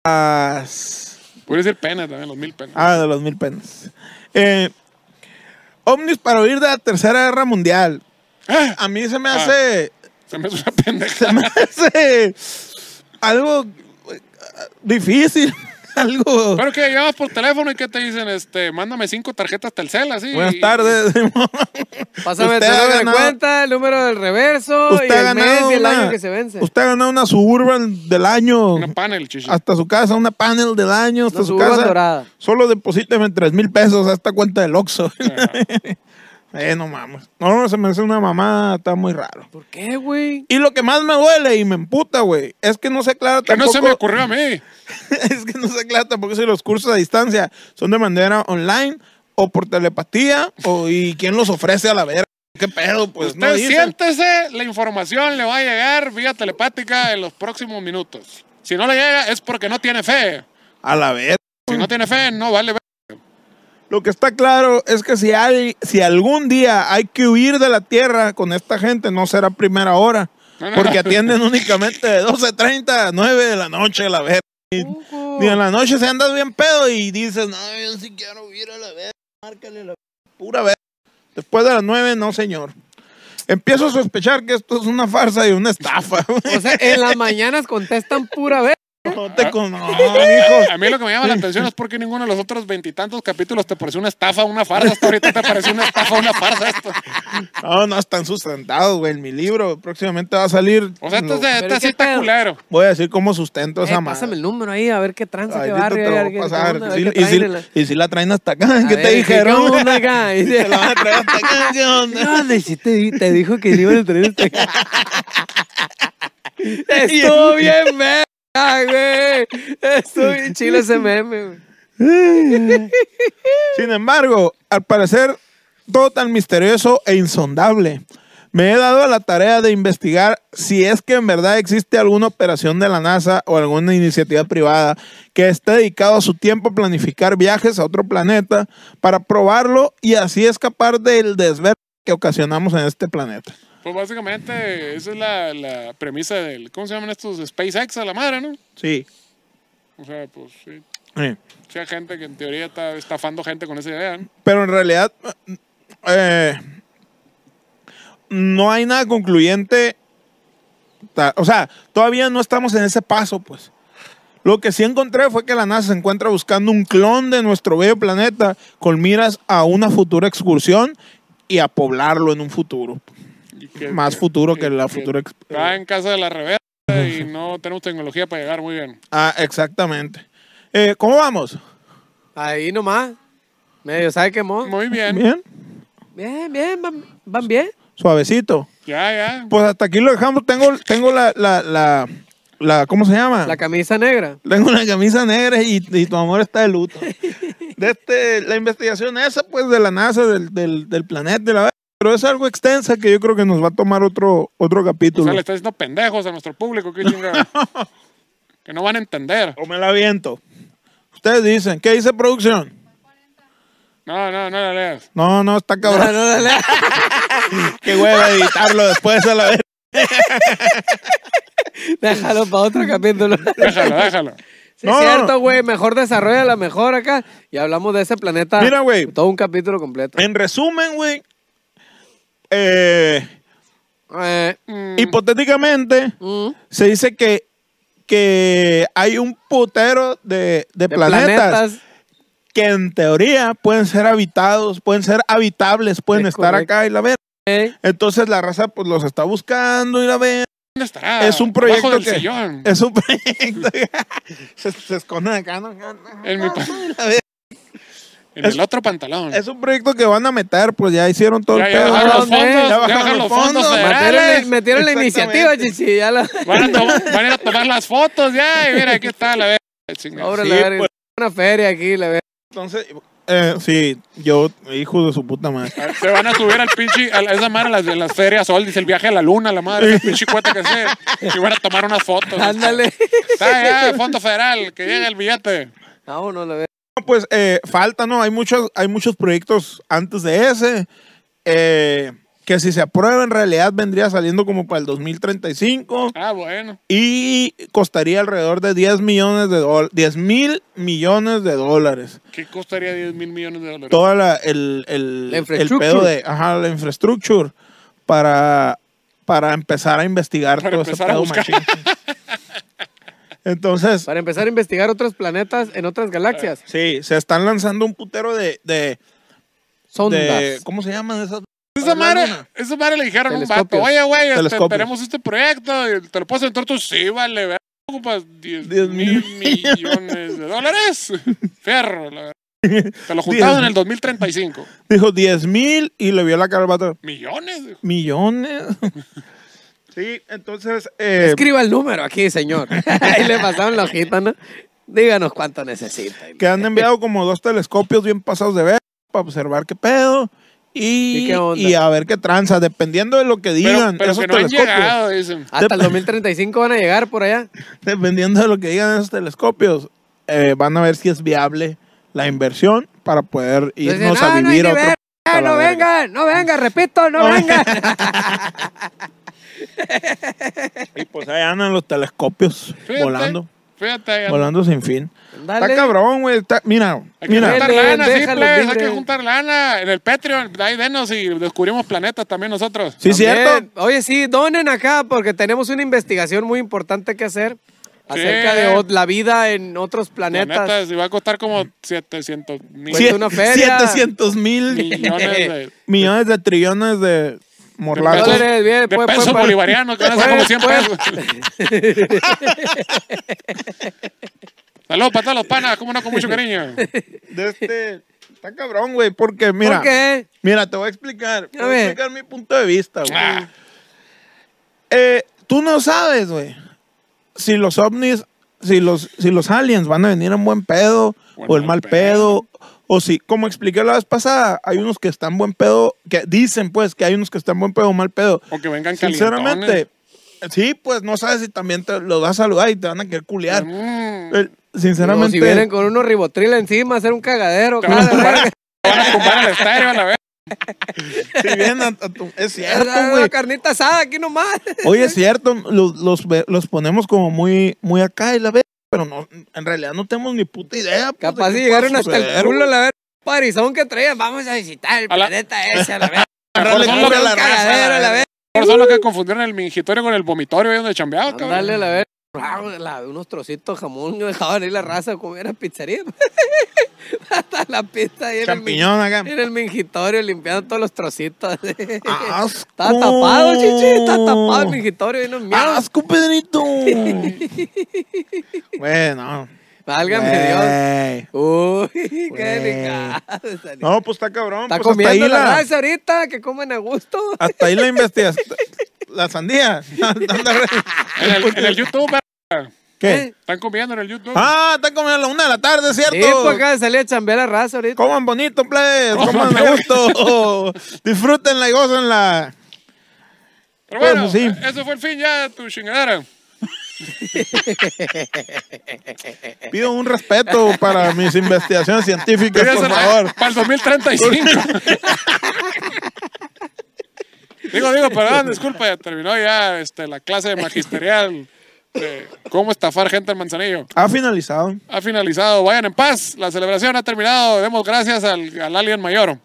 S4: Vergas.
S2: Voy a decir penas también, los mil penas.
S4: Ah, de los mil penas. Eh, ovnis para huir de la Tercera Guerra Mundial.
S2: Ah,
S4: A mí se me
S2: Ah.
S4: hace.
S2: se me hace una pendeja.
S4: Se me hace. Algo eh, difícil. Algo.
S2: Pero que llamas por teléfono y que te dicen, este, mándame cinco tarjetas Telcel, así.
S4: Buenas tardes.
S3: Pásame el
S4: Usted ha
S3: número de
S4: ganado-
S3: cuenta, el número del reverso, y
S4: Usted ha
S3: el mes
S4: ganado.
S3: y el año
S4: Una,
S3: que se vence.
S4: usted ha ganado una suburban del año.
S2: Una panel, chichi.
S4: Hasta su casa, una panel del año, hasta
S3: Una
S4: su
S3: Suburban
S4: casa.
S3: dorada.
S4: Solo deposíteme tres mil pesos a esta cuenta del Oxxo.
S3: Ah.
S4: eh, no mames. No, se me hace una mamada, está muy raro.
S3: ¿Por qué, güey?
S4: Y lo que más me duele y me emputa, güey, es que no se aclara
S2: Que no
S4: tampoco.
S2: se me ocurrió a mí.
S4: es que no se aclara tampoco si los cursos a distancia son de manera online o por telepatía o y quién los ofrece a la verga. ¿Qué pedo? Pues no
S2: Usted
S4: dicen.
S2: siéntese, la información le va a llegar vía telepática en los próximos minutos. Si no le llega es porque no tiene fe.
S4: A la verga.
S2: Si no tiene fe, no vale. ver-
S4: Lo que está claro es que si, hay, si algún día hay que huir de la tierra con esta gente, no será primera hora.
S2: No, no.
S4: Porque atienden únicamente de 12.30 a 9 de la noche, la verga.
S3: Ujú.
S4: Y en la noche se andas bien pedo y dices, no, yo sí quiero huir a la verga, márcale la verga, pura verga. Después de las 9, no, señor. Empiezo a sospechar que esto es una farsa y una estafa. güey.
S3: O sea, en las mañanas contestan pura vez.
S4: No te con... No, hijo.
S2: A mí lo que me llama la atención es porque ninguno de los otros veintitantos capítulos te pareció una estafa, una farsa. Hasta ahorita te pareció una estafa, una farsa esto.
S4: No, no están sustentados, güey, en mi libro. Próximamente va a salir...
S2: O sea,
S4: lo-
S2: esto es de-
S3: Pero
S2: esta
S3: ¿qué
S2: sí está
S3: pedo?
S2: culero.
S4: Voy a decir cómo sustento
S3: Eh,
S4: esa
S3: pásame
S4: madre.
S3: el número ahí, a ver qué tranza, qué
S4: Ahorita
S3: barrio.
S4: te
S3: a
S4: lo
S3: ver
S4: voy
S3: qué
S4: a pasar.
S3: onda, a ver
S4: Sí,
S3: qué
S4: y, si,
S3: traen, la-
S4: y si la traen hasta acá, ¿qué
S3: A
S4: te
S3: ver,
S4: dijeron?
S3: ¿Qué onda acá? Y
S4: Te
S3: dice,
S4: la van a traer hasta acá, ¿qué onda?
S3: No, no, y si te, di- te dijo que le iban a traer este. Estuvo bien, verga, güey. Estuvo bien chilo ese meme, güey.
S4: Sin embargo, al parecer todo tan misterioso e insondable, me he dado a la tarea de investigar si es que en verdad existe alguna operación de la NASA o alguna iniciativa privada que esté dedicado a su tiempo a planificar viajes a otro planeta para probarlo y así escapar del desver que ocasionamos en este planeta.
S2: Pues básicamente esa es la, la premisa del... ¿Cómo se llaman estos? SpaceX a la madre, ¿no?
S4: Sí.
S2: O sea, pues sí.
S4: Eh.
S2: Sí hay gente que en teoría está estafando gente con esa idea, ¿no?
S4: Pero en realidad eh, no hay nada concluyente. Ta- O sea, todavía no estamos en ese paso, pues. Lo que sí encontré fue que la NASA se encuentra buscando un clon de nuestro bello planeta con miras a una futura excursión y a poblarlo en un futuro.
S2: Y que-
S4: Más futuro que la futura ex-
S2: Está en casa de la revés y no tenemos tecnología para llegar muy bien.
S4: Ah, exactamente. Eh, ¿Cómo vamos?
S3: Ahí nomás. Medio, ¿sabe qué, mo?
S2: Muy bien.
S4: ¿Bien?
S3: Bien, bien, van, van bien.
S4: Suavecito.
S2: Ya, ya.
S4: Pues hasta aquí lo dejamos. Tengo, tengo la, la, la, la- ¿cómo se llama?
S3: La camisa negra.
S4: Tengo una camisa negra y, y tu amor está de luto. De este, la investigación esa, pues, de la NASA, del, del, del planeta, de la Pero es algo extensa que yo creo que nos va a tomar otro, otro
S2: O
S4: capítulo.
S2: sea, le está diciendo pendejos a nuestro público. qué chingada. que no van a entender.
S4: o me la viento. Ustedes dicen, ¿qué dice producción?
S2: No, no, no la leas.
S4: No, no, está
S3: No,
S4: cabrón.
S3: no, no, no.
S4: Qué hueva editarlo después a la vez.
S3: Déjalo para otro capítulo.
S2: Déjalo, déjalo.
S3: Sí,
S4: No.
S3: es cierto, güey. Mejor desarrolla la mejor acá. Y hablamos de ese planeta.
S4: Mira, güey.
S3: Todo un capítulo completo.
S4: En resumen, güey, eh,
S3: Eh, mm,
S4: hipotéticamente
S3: mm.
S4: se dice que, que hay un putero de, de
S3: De
S4: planetas, que en teoría pueden ser habitados, pueden ser habitables, pueden
S3: Es
S4: estar
S3: correcto.
S4: acá y la ver.
S3: eh.
S4: Entonces la raza pues los está buscando y la ver.
S2: ¿Dónde estará?
S4: es un
S2: Abajo
S4: proyecto
S2: del
S4: que
S2: sillón.
S4: es un proyecto que- se, se esconde acá, ¿no?
S2: En,
S4: Ah,
S2: mi pa- en
S4: Es-
S2: el otro pantalón.
S4: Es un proyecto que van a meter, pues ya hicieron todo
S2: ya,
S4: el
S2: ya ah, bajaron los
S4: pedo.
S3: ¿Dónde?
S2: fondos.
S4: Ya
S2: Ya
S4: bajaron
S2: bajaron los
S4: los
S2: fondos.
S4: fondos.
S2: federales.
S3: Metieron, la- metieron la
S4: Exactamente.
S3: iniciativa, chichi. Ya la.
S2: Van a, to- van a ir a tomar las fotos ya. Y mira, aquí está la verga. Chingada.
S3: Ahora
S4: Sí,
S3: la verga.
S4: pues.
S3: Una feria aquí, la verga.
S4: Entonces, eh, sí, yo, hijo de su puta madre.
S2: Se van a subir al pinche, a la- esa madre, las de las ferias Sol, dice el viaje a la luna, la madre, el pinche cuenta que sea. Y van a tomar unas fotos.
S3: Ándale.
S2: Está ya, Fondo Federal, que llegue el billete.
S3: Vámonos, la verga.
S4: No, Pues eh, falta, ¿no? Hay muchos, hay muchos proyectos antes de ese eh, que si se aprueba en realidad vendría saliendo como para el 2035
S2: Ah, bueno.
S4: y costaría alrededor de 10 millones de dólares, 10 mil millones de dólares.
S2: ¿Qué costaría 10 mil millones de dólares?
S4: Toda la, el, el,
S3: La
S4: el
S3: infraestructura.
S4: pedo de, ajá, la infraestructura para, para empezar a investigar
S2: Para
S4: todo ese
S2: empezar a
S4: pedo
S2: buscar.
S4: machín. Entonces,
S3: Para empezar a investigar otros planetas en otras galaxias.
S4: sí, se están lanzando un putero de, de,
S3: Sondas.
S4: de ¿cómo se llaman esas?
S2: Esa madre, esa madre le dijeron a un vato,
S3: Telescopios.
S2: oye, güey, este,
S4: Telescopios.
S2: tenemos este proyecto, y ¿te lo puedes entrar tú? Sí, vale, ver- ocupas 10
S4: 10
S2: mil
S4: mil
S2: millones de dólares. Fierro, la verdad. Te lo juntaban en el 2035.
S4: Dijo 10 mil y le vio la cara al vato,
S2: Millones. dijo.
S4: Millones. sí, entonces. eh,
S3: Escriba el número aquí, señor. Ahí le pasaron la hojita, ¿no? Díganos cuánto necesita.
S4: que han enviado como dos telescopios bien pasados de ver para observar qué pedo. Y,
S3: ¿Y qué onda?
S4: y a ver qué tranza, dependiendo de lo que
S2: Pero,
S4: digan
S2: pero
S4: esos
S2: que no han
S4: telescopios.
S2: llegado, dicen.
S3: Hasta el 2035 van a llegar por allá.
S4: Dependiendo de lo que digan esos telescopios, eh, van a ver si es viable la inversión para poder
S3: Entonces,
S4: irnos
S3: "Ah,
S4: a
S3: no hay
S4: vivir a
S3: ni
S4: otro.
S3: ver- ah,
S4: a la
S3: no
S4: verga".
S3: vengan, no vengan, repito, no,
S4: No
S3: vengan.
S4: Y pues ahí andan los telescopios
S2: Fíjate,
S4: volando,
S2: Fíjate, ya.
S4: volando sin fin.
S3: Dale.
S4: Está cabrón, güey. está- Mira,
S2: Hay que
S4: mira.
S2: juntar
S3: Dele,
S2: lana, sí,
S3: déjalo
S2: plebes, hay
S3: libre.
S2: que juntar lana. En el Patreon, ahí denos y descubrimos planetas también nosotros.
S4: Sí,
S3: También.
S4: cierto.
S3: Oye, sí, donen acá porque tenemos una investigación muy importante que hacer acerca
S2: Sí.
S3: de o- la vida en otros planetas.
S2: Planetas, y va a costar como 700 mil
S3: Cuesta una feria.
S4: 700 mil
S2: pues, millones de...
S4: millones de trillones de morlacos.
S2: pesos.
S3: Dólares, bien,
S2: de
S3: pues,
S2: peso
S3: pues, pues.
S2: bolivariano, que van a ser como
S3: Pues,
S2: 100
S3: pues.
S2: pesos. Saludos para todos los panas, cómo no, con mucho cariño.
S4: De este, está cabrón, güey, porque mira,
S3: ¿Por qué?
S4: mira, te voy a explicar, te
S3: A
S4: voy a
S3: ver.
S4: explicar mi punto de vista, güey.
S2: Ah,
S4: Eh, tú no sabes, güey, si los ovnis, si los, si los aliens van a venir en buen pedo
S2: O en
S4: o el
S2: mal
S4: mal pedo. O si, como expliqué la vez pasada, hay unos que están buen pedo, que dicen pues que hay unos que están buen pedo o mal pedo.
S2: o que vengan
S4: Sinceramente,
S2: calientones.
S4: sí, pues no sabes si también te lo vas a saludar y te van a querer culear.
S2: Mm,
S4: El-
S3: Como
S4: sinceramente,
S3: si vienen con unos ribotril encima, hacer un cagadero.
S2: Te
S3: cara
S2: van a
S3: de verga.
S2: tumbar, te van a tumbar al estadio a la vez.
S4: si vienen a- a tu- es cierto,
S3: Era una
S4: güey.
S3: Ah, carnita asada aquí nomás.
S4: Oye, es cierto, los, los, ve- los ponemos como muy, muy acá y la ve, pero no, en realidad no tenemos ni puta idea. pues,
S3: Capaz
S4: de
S3: si
S4: qué
S3: llegaron
S4: pueda
S3: hasta el
S4: suceder,
S3: culo,
S4: güey.
S3: la verga. Parizón que traían, vamos Pues, a visitar el
S2: A la-
S3: planeta ese, a la verga.
S4: Agarrarle
S2: Son
S4: culo
S2: los-
S4: a la
S3: Un
S4: raza,
S3: cagadero,
S4: la
S3: la
S4: verga.
S3: verga.
S2: Por solo que confundieron el mingitorio con el vomitorio ahí donde chambeaba, cabrón.
S3: Dale, la verga. Ah, la- unos trocitos de jamón que dejaban ahí la raza comiera pizzería. Hasta la pizza ahí en el, min-
S4: Champiñón acá.
S3: en el mingitorio limpiando todos los trocitos.
S4: Asco.
S3: Está tapado,
S4: uh.
S3: chichi, está tapado el mingitorio y no miedo.
S4: Asco, Pedrito. bueno.
S3: Válgame Dios.
S4: güey.
S3: Uy, qué
S4: Güey.
S3: delicado. Está
S4: No, pues está cabrón. pues hasta ahí
S3: comiendo la
S4: la,
S3: raza ahorita, que comen a gusto.
S4: hasta ahí la investigación. la sandía.
S2: En el, en el YouTube,
S4: ¿Qué?
S3: ¿Eh?
S2: Están comiendo en el YouTube.
S4: Ah, están comiendo a la una de la tarde, ¿cierto?
S3: Sí, pues acá salía a chambear la raza ahorita.
S4: Coman bonito, plebes. Coman a gusto. Disfrútenla y gócenla.
S2: Pero bueno,
S4: pues, sí.
S2: eh, eso fue el fin ya de tu chingadera.
S4: Pido un respeto para mis investigaciones científicas, por
S2: Pídasela
S4: favor.
S2: Para el 2035. digo, digo, perdón, disculpa, ya terminó ya este, la clase magisterial de cómo estafar gente en Manzanillo.
S4: Ha finalizado.
S2: Ha finalizado, vayan en paz, la celebración ha terminado, demos gracias al, al alien mayor.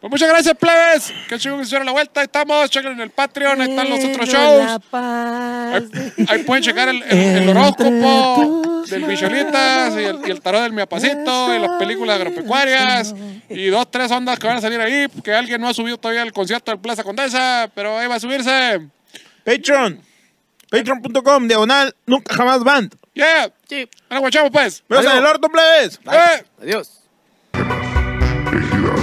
S2: Pues muchas gracias, plebes. Qué chingón que se hicieron la vuelta. Ahí estamos, chequen en el Patreon, ahí están los otros shows. Ahí, ahí pueden checar el, el- el horóscopo del Michelitas y el, y el tarot del Miapacito y las películas agropecuarias y dos, tres ondas que van a salir ahí, que alguien no ha subido todavía el concierto del Plaza Condesa, pero ahí va a subirse.
S4: Patreon. Patreon.com, diagonal, nunca jamás band.
S2: Yeah.
S3: Sí.
S2: Ahora guachamos, pues.
S4: Besos en el orto, plebes.
S2: Eh.
S3: Adiós.
S1: Equidad.